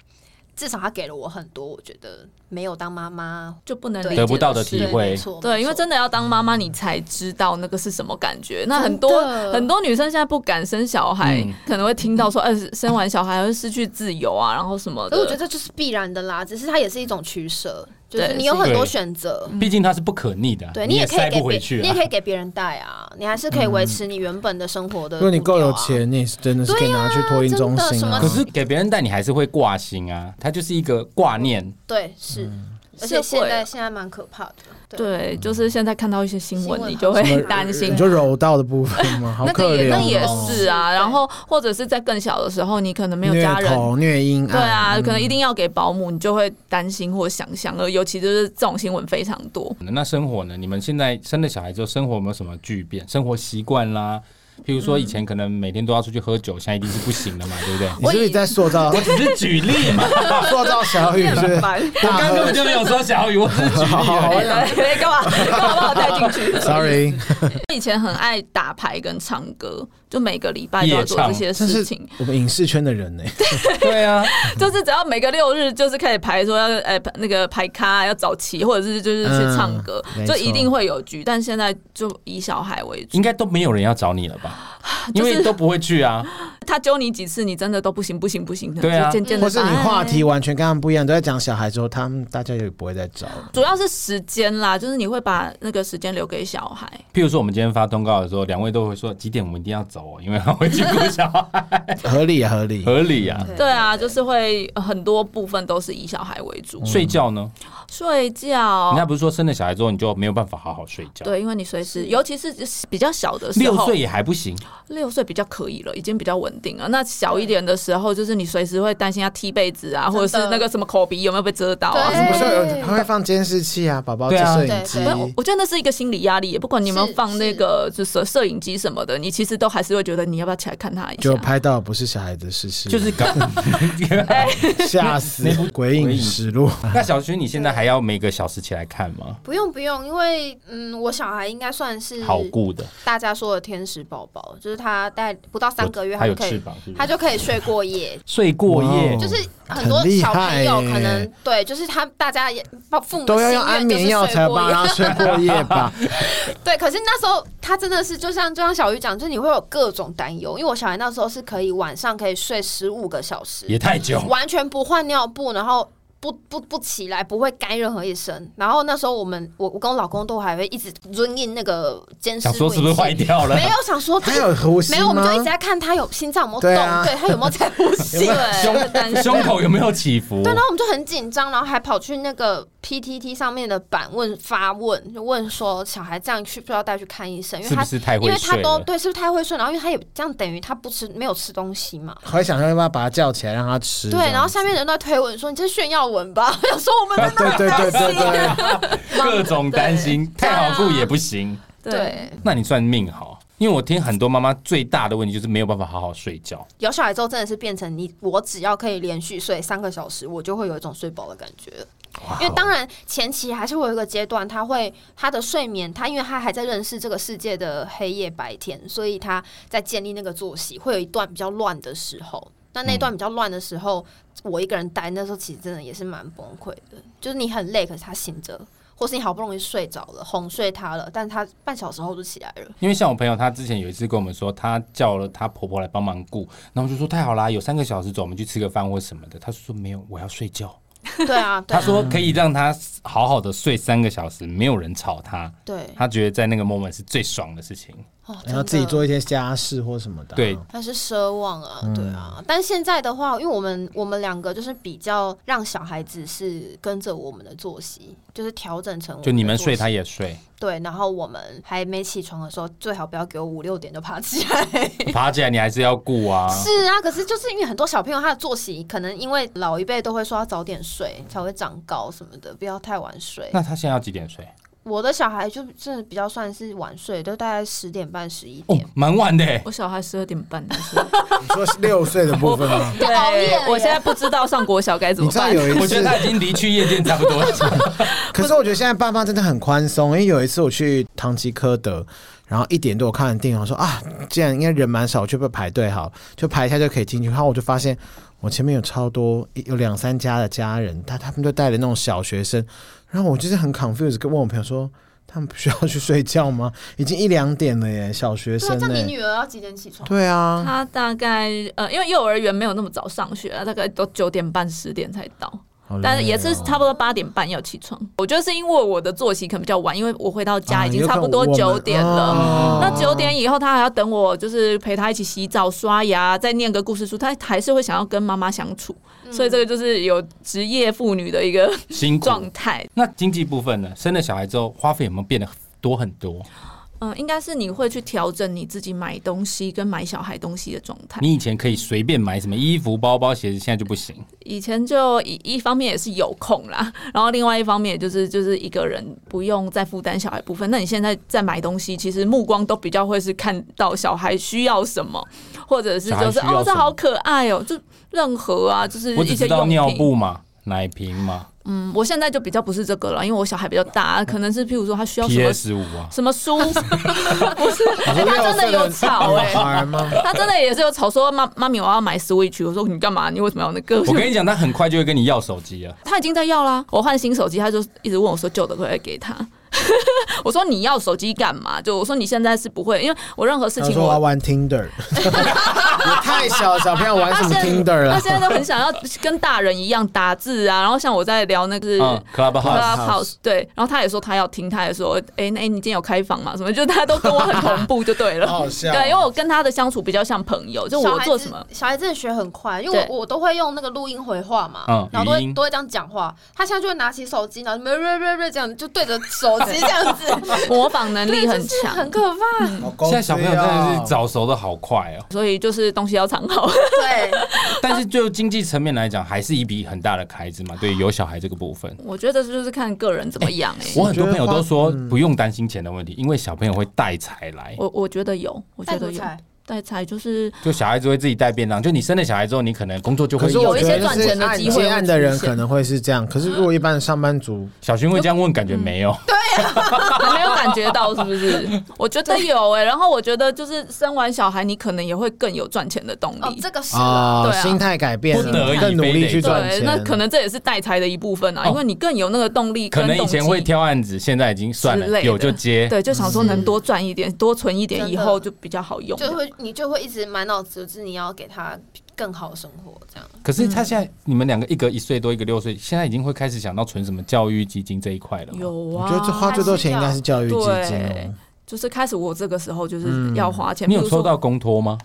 Speaker 5: 至少他给了我很多，我觉得没有当妈妈
Speaker 4: 就不能
Speaker 5: 对
Speaker 4: 理解
Speaker 2: 得不到的
Speaker 4: 事
Speaker 2: 体
Speaker 5: 对
Speaker 2: 会
Speaker 5: 没错，
Speaker 4: 对，因为真
Speaker 5: 的
Speaker 4: 的要当妈妈，你才知道那个是什么感觉。那
Speaker 5: 真
Speaker 4: 很多
Speaker 5: 的
Speaker 4: 很多女生现在不敢生小孩，
Speaker 2: 嗯
Speaker 4: 可能会听到说，哎、生完小孩会失去自由啊，然后什么
Speaker 5: 可
Speaker 4: 的。
Speaker 5: 是我觉得这就是必然的啦，只是它也是一种取舍，就是
Speaker 4: 对
Speaker 5: 你有很多
Speaker 2: 对
Speaker 5: 选择，
Speaker 2: 毕竟它是不可逆的啊，
Speaker 5: 嗯对
Speaker 2: 你
Speaker 5: 你也可以
Speaker 2: 塞
Speaker 5: 给
Speaker 2: 不
Speaker 5: 别
Speaker 2: 回，去
Speaker 5: 你也
Speaker 2: 啊嗯
Speaker 5: 可。以给别人带啊，你还是可以维持你原本的生活的、啊
Speaker 3: 如果你够有，钱，你也是真的是可以拿去托运中
Speaker 5: 对啊真的
Speaker 3: 心
Speaker 5: 什
Speaker 3: 啊。
Speaker 5: 么
Speaker 2: 可是给别人带，你还是会挂心啊，它就是一个挂念。
Speaker 5: 对，是，而
Speaker 4: 嗯是会
Speaker 5: 且
Speaker 4: 啊
Speaker 5: 现在现在蛮可怕的，
Speaker 2: 嗯
Speaker 4: 对，就是现在看到一些新
Speaker 5: 新
Speaker 4: 闻，
Speaker 5: 闻
Speaker 4: 你就
Speaker 5: 好
Speaker 4: 会
Speaker 5: 像
Speaker 4: 担心
Speaker 3: 你。就柔道的部分吗？好
Speaker 4: 那
Speaker 3: 可
Speaker 4: 个也
Speaker 3: 怜、哦，
Speaker 4: 那也是啊，
Speaker 5: 对
Speaker 4: 然后或者是在更小的时候，你可能没有
Speaker 3: 虐
Speaker 4: 家人，
Speaker 3: 童虐婴
Speaker 4: 对啊，可能一
Speaker 3: 定
Speaker 4: 定要给保姆，你就会担心或想象，而尤其就是这种新闻非常多。
Speaker 2: 那生活呢？你们现在生了小孩之后，生活有没有什么巨变？生活习惯啦，譬如说以前可能每天都要出去喝酒，现在一定是不行 了嘛，对不对？
Speaker 3: 你是不是在塑 造
Speaker 2: 我只是举例嘛，
Speaker 3: 塑造小雨？是不是
Speaker 4: 烦
Speaker 2: 我
Speaker 3: 大
Speaker 2: 刚刚根 本
Speaker 3: 喝
Speaker 2: 就没有说小雨，我只是举例
Speaker 3: 好
Speaker 2: 而已。
Speaker 4: 对，干嘛干嘛把我带进 去？
Speaker 3: ？Sorry，
Speaker 4: 以前很爱打牌跟唱歌，就每个礼拜都要做这些
Speaker 3: 这
Speaker 4: 事
Speaker 3: 是
Speaker 4: 情，
Speaker 3: 我们影视圈的人呢、
Speaker 2: 对啊，
Speaker 4: 就是只要每个六日就是开始排说要呃那个排咖要早起，或者是就是去唱歌，
Speaker 3: 嗯没
Speaker 4: 就
Speaker 3: 错
Speaker 4: 一定会有局。但现在就以小孩为主
Speaker 2: 应，该都没有人要找你了吧？因为
Speaker 4: 就是
Speaker 2: 都不会去啊。
Speaker 4: 他揪你几次，你真的都不行不行不行的，
Speaker 2: 对啊
Speaker 4: 就渐渐的
Speaker 3: 或是你话题完全跟他们不一样，都在讲小孩之后，他们大家也不会再找。
Speaker 4: 主要是时间啦，就是你会把那个时间留给小孩。
Speaker 2: 譬如说，我们今天发通告的时候，两位都会说几点我们一定要走、哦，因为他会去顾小 孩，
Speaker 3: 合理啊，合理。
Speaker 2: 合理啊。
Speaker 4: 对啊，就是会呃很多部分都是以小孩为主，
Speaker 2: 睡觉呢？
Speaker 4: 睡觉
Speaker 2: 人家。不是说生了小孩之后你就没有办法好好睡觉？
Speaker 4: 对，因为你随时，尤其是比较小的时
Speaker 2: 六
Speaker 4: 候，
Speaker 2: 岁也还不行，
Speaker 4: 六岁比较可以了，已经比较稳定了。那小一点的时候，就是你随时会担心他踢被子啊，或者是那个什么口鼻有没有被遮到啊
Speaker 5: 对
Speaker 4: 什
Speaker 3: 不
Speaker 4: 么的。
Speaker 3: 是有人会放监视器啊，宝宝
Speaker 2: 对
Speaker 3: 的
Speaker 2: 啊
Speaker 3: 摄影机
Speaker 5: 对
Speaker 4: 不是我我觉得那是一个心理压力，不管你有没有
Speaker 5: 是
Speaker 4: 放那个就是摄影机什么的，你其实都还是会觉得你要不要起来看他一
Speaker 3: 就
Speaker 4: 下。
Speaker 3: 拍到不是小孩子事实，
Speaker 2: 就是 搞。 哎
Speaker 3: 吓死
Speaker 2: 那部
Speaker 3: 鬼影实录。
Speaker 2: 那小薰，你现在还要每个小时起来看吗？
Speaker 5: 不用不用，因为嗯，我小孩应该算是
Speaker 2: 好顾的，
Speaker 5: 大家说的天使宝宝，就是他带不到三个月，
Speaker 2: 还
Speaker 5: 他
Speaker 2: 有
Speaker 5: 就可
Speaker 2: 翅
Speaker 5: 以
Speaker 2: 膀，是不是
Speaker 5: 他就可以睡过夜，
Speaker 2: 睡过夜
Speaker 3: 哇哦
Speaker 5: 就是很多小朋友可
Speaker 3: 很厉害
Speaker 5: 能
Speaker 3: 耶
Speaker 5: 对，就是他大家也父母
Speaker 3: 都要
Speaker 5: 心
Speaker 3: 用
Speaker 5: 愿
Speaker 3: 安眠药
Speaker 5: 就是
Speaker 3: 才
Speaker 5: 睡
Speaker 3: 有办
Speaker 5: 过
Speaker 3: 法
Speaker 5: 夜
Speaker 3: 让他睡过夜吧？
Speaker 5: 对，可是那时候他真的是就像就像小鱼讲，就是你会有各种担忧，因为我小孩那时候是可以晚上可以睡十五个小时，
Speaker 2: 也太久。
Speaker 5: 完全不换尿布，然后不不不起来，不会该任何一声。然后那时候我们我我跟我老公都还会一直遵应那个监视
Speaker 2: 想
Speaker 5: 录影
Speaker 2: 说
Speaker 5: 器，
Speaker 2: 是不是坏掉了？
Speaker 5: 没有想说
Speaker 3: 还有呼吸吗
Speaker 5: 没有，我们就一直在看他有心脏有没有 动，
Speaker 3: 对
Speaker 5: 对,、
Speaker 3: 啊
Speaker 5: 他有没有在呼吸，
Speaker 4: 对，
Speaker 5: 对。
Speaker 4: 会担 心
Speaker 2: 胸口有没有起伏？
Speaker 5: 对，然后我们就很紧张，然后还跑去那个 PTT 上面的版问发问，就问说小孩这样去不知道带去看医生，因为
Speaker 2: 是
Speaker 5: 他
Speaker 2: 不是太
Speaker 5: 因
Speaker 2: 会
Speaker 5: 为他
Speaker 2: 睡
Speaker 5: 都
Speaker 2: 了？
Speaker 5: 对，是不是太会睡？然后因为他也这样，等于他不吃没有吃东西嘛。
Speaker 3: 还想说要不要把他叫起来让他吃？
Speaker 5: 对，然后下面人都在推文说你这是炫耀文吧？ 我想说我们
Speaker 3: 这样子对对对对对，
Speaker 2: 各种担心，
Speaker 5: 啊
Speaker 2: 太好顾也不行。
Speaker 4: 对，
Speaker 2: 那你算命好，因为我听很多妈妈最大的问题就是没有办法好好睡觉。
Speaker 5: 有小孩之后真的是变成你，我只要可以连续睡三个小时，我就会有一种睡饱的感觉。
Speaker 3: 哦
Speaker 5: 因为当然前期还是会有一个阶段，他会他的睡眠，他因为他还在认识这个世界的黑夜白天，所以他在建立那个作息，会有一段比较乱的时候。那那一段比较乱的时候，我一个人待，那时候其实真的也是蛮崩溃的。就是你很累，可是他醒着，或是你好不容易睡着了，哄睡他了，但他半小时后就起来了。
Speaker 2: 因为像我朋友，她之前有一次跟我们说，她叫了她婆婆来帮忙顾，然后我就说太好啦，有三个小时走，我们去吃个饭或什么的。她说没有，我要睡觉。
Speaker 5: 对啊，对
Speaker 2: 她
Speaker 5: 啊，
Speaker 2: 说可以让她好好的睡三个小时，没有人吵她，
Speaker 5: 对，啊
Speaker 2: 她觉得在那个 moment 是最爽的事情。
Speaker 5: 哦，
Speaker 3: 然后
Speaker 5: 真
Speaker 3: 自己
Speaker 5: 的
Speaker 3: 做一些家事或什么的。
Speaker 2: 对，
Speaker 5: 那是奢望啊，对啊。但现在的话，因为我们我们两个就是比较让小孩子是跟着我们的作息，就是调整成我的
Speaker 2: 就你们
Speaker 5: 作
Speaker 2: 睡，
Speaker 5: 息
Speaker 2: 她也睡，
Speaker 5: 对，然后我们还没起床的时候，最好不要给我五六点就爬起来。
Speaker 2: 爬起来你还是要顾啊。
Speaker 5: 是啊，可是就是因为很多小朋友他的作息，可能因为老一辈都会说要早点睡才会长高什么的，不要太晚睡。
Speaker 2: 那她现在要几点睡？
Speaker 5: 我的小孩就真的比较算是晚睡，就大概十点半、十一
Speaker 2: 哦
Speaker 5: 点。，
Speaker 2: 蛮晚的欸。
Speaker 4: 我小孩十二点半的 时候，
Speaker 3: 你说是六岁的部分吗？
Speaker 5: 要熬夜了耶
Speaker 4: 我现在不知道上国小该怎
Speaker 3: 你
Speaker 4: 么
Speaker 3: 知道
Speaker 4: 办。
Speaker 3: 有一
Speaker 2: 我觉得，
Speaker 3: 次
Speaker 2: 他已经离去夜店差不多 了。
Speaker 3: 可是我觉得现在爸妈真的很宽松，因为有一次我去唐吉诃德，然后一点多我看完电影，我说啊，既然应该人蛮少，我就不排队好，就排一下就可以进去。然后我就发现我前面有超多有两三家的家人，他他们就带了那种小学生，然后我就是很 confused，跟问我朋友说。他们不需要去睡觉吗？已经一两点了耶，小学
Speaker 5: 对啊，
Speaker 3: 生
Speaker 5: 像你
Speaker 3: 呢？
Speaker 5: 女儿要几点起床？
Speaker 3: 对啊，
Speaker 4: 他大概呃，因为幼儿园没有那么早上学啊，大概都九点半十点才到。
Speaker 3: 好
Speaker 4: 但是
Speaker 3: 累
Speaker 4: 也是
Speaker 3: 哦
Speaker 4: 差不多八点半要起床。我觉得是因为我的作息可能比较晚，因为我回到家
Speaker 3: 啊
Speaker 4: 已经差不多
Speaker 3: 有可能我
Speaker 4: 九
Speaker 3: 们
Speaker 4: 点了。
Speaker 3: 哦
Speaker 4: 那九点以后，他还要等我，就是陪他一起洗澡、刷牙，再念个故事书。他还是会想要跟妈妈相处，所以这个就是有职业妇女的一个
Speaker 2: 辛苦。
Speaker 4: 状态。
Speaker 2: 那经济部分呢？生了小孩之后，花费有没有变得多很多？
Speaker 4: 嗯，应该是你会去调整你自己买东西跟买小孩东西的状态。
Speaker 2: 你以前可以随便买什么衣服、包包、鞋子，现在就不行。
Speaker 4: 以前就一一方面也是有空啦，然后另外一方面也就是就是一个人不用再负担小孩部分。那你现在在买东西，其实目光都比较会是看到小孩需要什么，或者是
Speaker 2: 小孩
Speaker 4: 就是
Speaker 2: 需要
Speaker 4: 哦，这
Speaker 2: 什么
Speaker 4: 好可爱哦，就任何啊，就是
Speaker 2: 我只
Speaker 4: 一些
Speaker 2: 知道
Speaker 4: 用
Speaker 2: 尿
Speaker 4: 品。
Speaker 2: 布嘛、奶瓶嘛、
Speaker 4: 嗯，我现在就比较不是这个了，因为我小孩比较大，可能是譬如说他需要什么
Speaker 2: PS 五 啊，
Speaker 4: 什么书，不是，哎、
Speaker 3: 你说
Speaker 4: 他真的有吵
Speaker 5: 欸
Speaker 4: 哎、
Speaker 3: 玩吗？
Speaker 4: 他真的也是有吵说妈妈咪，我要买 Switch。我说你干嘛？你为什么要那个？
Speaker 2: 我跟你讲，他很快就会跟你要手机了。
Speaker 4: 他已经在要啦。我换新手机，他就一直问我说旧的可不可以给他。 我说你要手机干嘛？就我说你现在是不会，因为我任何事
Speaker 3: 他
Speaker 4: 情
Speaker 3: 说我要
Speaker 4: 我。
Speaker 3: 玩 Tinder，也太小，小朋友玩什
Speaker 4: 他
Speaker 3: 么
Speaker 4: 现
Speaker 3: Tinder
Speaker 4: 他
Speaker 3: 了？
Speaker 4: 现在都很想要跟大人一样打字啊，然后像我在聊那个是
Speaker 2: 嗯
Speaker 3: Clubhouse
Speaker 2: ，Clubhouse，
Speaker 4: Clubhouse，对，然后他也说他要听，他也说，哎、那、哎你今天有开房吗？什么，就他都跟我很同步，就对了。
Speaker 3: 好好笑
Speaker 4: 对，因为我跟他的相处比较像朋友，就
Speaker 5: 小
Speaker 4: 我
Speaker 5: 孩
Speaker 4: 做
Speaker 5: 子
Speaker 4: 什么，
Speaker 5: 小孩真的学很快，因为
Speaker 4: 对
Speaker 5: 我我都会用那个录音回话嘛，
Speaker 2: 嗯
Speaker 5: 然后都
Speaker 2: 语音
Speaker 5: 会都会这样讲话。他现在就呃会拿起手机，然后瑞瑞瑞瑞这样就对着手机这样子，
Speaker 4: 模仿 能力很
Speaker 5: 对就是
Speaker 4: 强，嗯
Speaker 5: 很可怕。
Speaker 2: 现在小朋友真的是早熟的好快哦，
Speaker 4: 所以就是东西要藏好。
Speaker 5: 对，
Speaker 2: 但是就经济层面来讲，还是一笔很大的开支嘛。对于有小孩这个部分，
Speaker 4: 我觉得就是看个人怎么养哎、
Speaker 2: 我很多
Speaker 3: 我觉得
Speaker 2: 朋友
Speaker 3: 花
Speaker 2: 都说不用担心钱的问题，因为小朋友会带财来，
Speaker 4: 我我觉得有，我觉
Speaker 5: 带什
Speaker 4: 得
Speaker 5: 么
Speaker 4: 有
Speaker 5: 菜？
Speaker 4: 带财就是
Speaker 2: 就小孩子会自己带便当。就你生了小孩之后，你可能工作就
Speaker 3: 可
Speaker 2: 会
Speaker 3: 是我
Speaker 4: 有一
Speaker 3: 觉
Speaker 4: 些
Speaker 3: 得
Speaker 4: 赚
Speaker 3: 就是
Speaker 4: 钱的
Speaker 3: 按
Speaker 4: 机会
Speaker 3: 接
Speaker 4: 会
Speaker 3: 案的人
Speaker 4: 出现
Speaker 3: 可能会是这样，可是如果一般上班族，
Speaker 2: 小薰会这样问，感觉没有。
Speaker 4: 还没有感觉到是不是？我觉得有哎、然后我觉得就是生完小孩，你可能也会更有赚钱的动
Speaker 5: 哦，
Speaker 4: 力。
Speaker 5: 这个是啊，
Speaker 3: 啊
Speaker 4: 对，啊
Speaker 3: 心态改变
Speaker 2: 不得
Speaker 3: 了，
Speaker 2: 已
Speaker 3: 更努力去赚
Speaker 4: 对
Speaker 3: 钱，，
Speaker 4: 那可能这也是带财的一部分啊，
Speaker 2: 哦
Speaker 4: 因为你更有那个动力
Speaker 2: 可
Speaker 4: 跟
Speaker 2: 能以
Speaker 4: 动机
Speaker 2: 前。会挑案子，现在已经算
Speaker 4: 之类
Speaker 2: 了，
Speaker 4: 的
Speaker 2: 有就接。
Speaker 4: 对，就想说
Speaker 2: 嗯
Speaker 4: 能多赚一点，多存一点，
Speaker 5: 真的
Speaker 4: 以后就比较好用。
Speaker 5: 就会你就会一直满脑子就是你要给他更好的生活这样。
Speaker 2: 可是他现在，你们两个一个一岁多，一个六岁，现在已经会开始想到存什么教育基金这一块了吗。
Speaker 4: 有
Speaker 3: 我
Speaker 4: 啊，
Speaker 3: 觉得这花最多钱应该是教育基金哦
Speaker 4: 对。就是开始我这个时候就是要花钱，
Speaker 2: 嗯你
Speaker 4: 比
Speaker 2: 有
Speaker 4: 如说
Speaker 2: 抽到公托吗？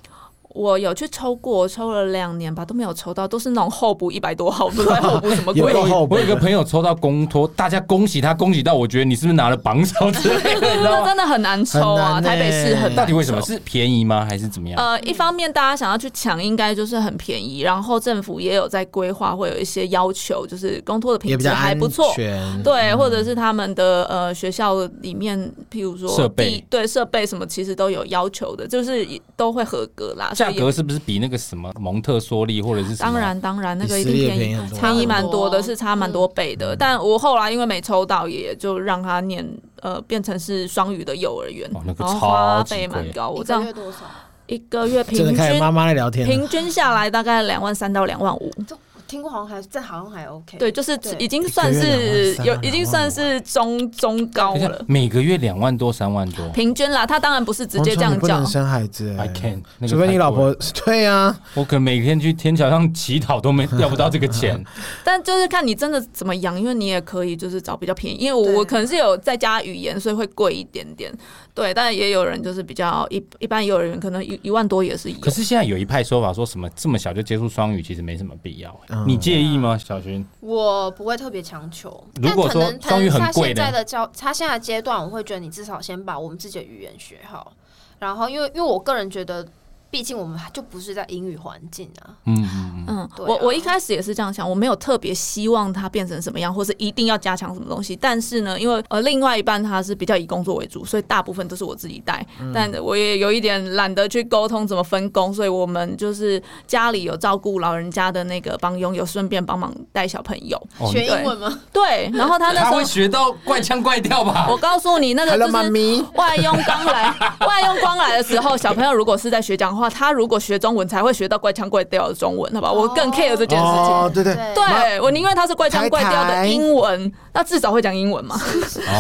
Speaker 4: 我有去抽过，抽了两年吧，都没有抽到，都是那种候补一百多号，不知道候补什么
Speaker 3: 有
Speaker 4: 鬼
Speaker 3: 够。后
Speaker 2: 我有
Speaker 3: 悔
Speaker 2: 一个朋友抽到公托，大家恭喜他，恭喜到我觉得你是不是拿了榜首之类的，你知道
Speaker 4: 那
Speaker 2: 吗？
Speaker 4: 真的很难抽啊，
Speaker 3: 很难欸
Speaker 4: 台北市很难抽
Speaker 2: 到底为什么？是便宜吗？还是怎么样？
Speaker 4: 呃，一方面大家想要去抢，应该就是很便宜，然后政府也有在规划，会有一些要求，就是公托的
Speaker 3: 也
Speaker 4: 品
Speaker 3: 比
Speaker 4: 质
Speaker 3: 较
Speaker 4: 还
Speaker 3: 安嗯
Speaker 4: 不错，
Speaker 3: 全，
Speaker 4: 对，或者是他们的呃学校里面，譬如说
Speaker 2: 设备
Speaker 4: 地对设备什么，其实都有要求的，就是都会合格啦。所
Speaker 2: 价
Speaker 4: 以
Speaker 2: 格是不是比那个什么蒙特梭利或者是什么？
Speaker 4: 当然当然，那个一定
Speaker 3: 比私立
Speaker 4: 便
Speaker 3: 便宜
Speaker 4: 宜
Speaker 3: 很多啊嗯
Speaker 4: 便宜蛮多的，
Speaker 5: 差不多
Speaker 4: 是差蛮多倍的。但我后来因为没抽到，也就让他念呃变成是双语的幼儿园，
Speaker 2: 哦那个
Speaker 4: 然后花
Speaker 2: 超级
Speaker 4: 费蛮
Speaker 2: 贵
Speaker 4: 高，我
Speaker 5: 一
Speaker 4: 这
Speaker 5: 个
Speaker 4: 样
Speaker 5: 月多少？
Speaker 4: 一个月平
Speaker 3: 真的开始
Speaker 4: 均
Speaker 3: 妈妈在聊天了。
Speaker 4: 平均下来大概两万三到两万五。
Speaker 5: 这我听过好像还这好像还 OK。
Speaker 4: 对，就是
Speaker 5: 对
Speaker 4: 已经算
Speaker 3: 一
Speaker 4: 是
Speaker 3: 个月两万三到
Speaker 4: 有
Speaker 3: 两，万
Speaker 4: 已经算是中中高
Speaker 2: 等一下
Speaker 4: 了，
Speaker 2: 每个月两万多、三万多
Speaker 4: 平均啦。他当然不是直接这
Speaker 3: 黄虫你
Speaker 4: 样
Speaker 3: 不
Speaker 4: 叫
Speaker 3: 能，生孩子欸
Speaker 2: ，I can。那个
Speaker 3: 除非你
Speaker 2: 太
Speaker 3: 老
Speaker 2: 贵了
Speaker 3: 婆， 对啊，
Speaker 2: 我可能每天去天桥上乞讨都没要不到这个 钱。
Speaker 4: 但就是看你真的怎么养，因为你也可以就是找比较便宜，因为
Speaker 5: 对
Speaker 4: 我我可能是有再加语言，所以会贵一点点。对，但也有人就是比较一一般，也有人可能一一万多也是有
Speaker 2: 可。是现在有一派说法说什么这么小就接触双语，其实没什么必要欸。
Speaker 3: 嗯
Speaker 2: 你介意吗，小薰？
Speaker 5: 我不会特别强求，
Speaker 2: 如果说
Speaker 5: 但可能
Speaker 2: 双语很
Speaker 5: 可能他
Speaker 2: 贵
Speaker 5: 现
Speaker 2: 呢
Speaker 5: 在的教，他现在的阶段，我会觉得你至少先把我们自己的语言学好，然后因为因为我个人觉得，毕竟我们就不是在英语环境啊，
Speaker 2: 嗯嗯嗯。
Speaker 4: 嗯，
Speaker 5: 对啊
Speaker 4: 我我一开始也是这样想，我没有特别希望它变成什么样，或是一定要加强什么东西。但是呢，因为呃，另外一半他是比较以工作为主，所以大部分都是我自己带。但我也有一点懒得去沟通怎么分工，所以我们就是家里有照顾老人家的那个帮佣，有顺便帮忙带小朋友。
Speaker 2: 哦
Speaker 5: 学英文吗？
Speaker 4: 对，然后他那时
Speaker 2: 他会
Speaker 4: 候
Speaker 2: 学到怪腔怪调吧？
Speaker 4: 我告诉你，那个
Speaker 3: Hello，
Speaker 4: 就
Speaker 3: 妈
Speaker 4: 是
Speaker 3: 咪。
Speaker 4: 外佣刚来， 外佣刚来的时候，小朋友如果是在学讲话，他如果学中文才会学到怪腔怪调的中文，好吧？我更
Speaker 5: 哦
Speaker 4: care 这件事情。
Speaker 3: 哦，对对，
Speaker 5: 对
Speaker 4: 对我宁愿他是怪腔怪调的英文，那至少会讲英 文嘛。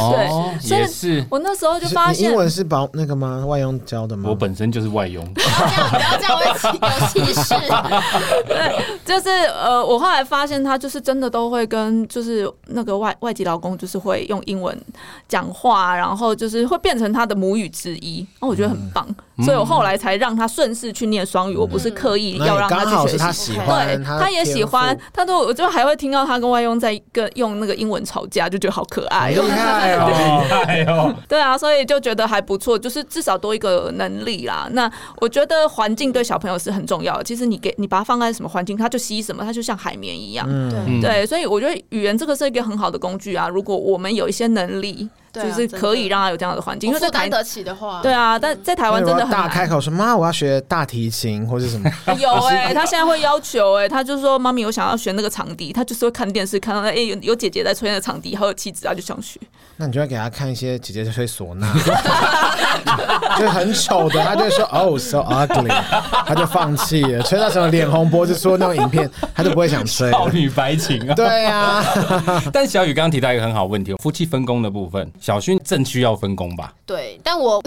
Speaker 2: 哦，
Speaker 4: 对所以
Speaker 2: 也是。
Speaker 4: 我那时候就
Speaker 3: 你
Speaker 4: 发现
Speaker 3: 英，文是保那个吗？外佣教的吗？
Speaker 2: 我本身就是 外佣，
Speaker 5: 不要这样，不要这样，会有歧 视。
Speaker 4: 就是呃，我后来发现他就是真的都会跟就是那个外外籍劳工，就是会用英文讲话，然后就是会变成他的母语之一，哦然后我觉得很棒，所以我后来才让他顺势去念双语，我不是刻
Speaker 3: 嗯
Speaker 4: 意
Speaker 3: 那
Speaker 4: 要
Speaker 3: 也
Speaker 4: 让
Speaker 3: 刚
Speaker 4: 他
Speaker 3: 好
Speaker 4: 去
Speaker 3: 是
Speaker 4: 学
Speaker 3: 他。
Speaker 4: 习
Speaker 3: 喜欢，
Speaker 4: 对，
Speaker 3: 他
Speaker 4: 也喜欢，他都我就还会听到他跟外佣在跟用那个英文吵架，就觉得好可爱
Speaker 3: 厉
Speaker 4: 哦。
Speaker 3: 害哦。
Speaker 2: 哎呦，
Speaker 4: 对啊，所以就觉得还不错，就是至少多一个能力啦。那我觉得环境对小朋友是很重要的。其实你给你把它放在什么环境，它就吸什么，它就像海绵一样。
Speaker 5: 对
Speaker 2: 嗯
Speaker 4: 对，所以我觉得语言这个是一个很好的工具啊。如果我们有一些能力，
Speaker 5: 对
Speaker 4: 就
Speaker 5: 啊
Speaker 4: 是可以
Speaker 5: 真的
Speaker 4: 让他有这样的环境，因为在
Speaker 5: 负
Speaker 4: 台
Speaker 5: 担得起的话，
Speaker 4: 对啊，但在台湾真的很
Speaker 3: 大
Speaker 4: 难。
Speaker 3: 开口 说妈，我要学大提琴或是什么，
Speaker 4: 有哎、他现在会要求哎、他就说妈咪，我想要学那个长笛，他就是会看电视看到哎、有有姐姐在吹那个长笛，还有妻子，他就想学。
Speaker 3: 那你就要给他看一些姐姐在吹唢呐， 就很丑的，他就会说 Oh so ugly，他 就放弃了。吹到什么脸红脖子粗那种影片，他就不会想吹了。
Speaker 2: 少女白情啊！
Speaker 3: 对呀、
Speaker 2: 但小雨刚刚提到一个很好的问题，夫妻分工的部分，小薰正需要分工 吧？
Speaker 5: 对，但我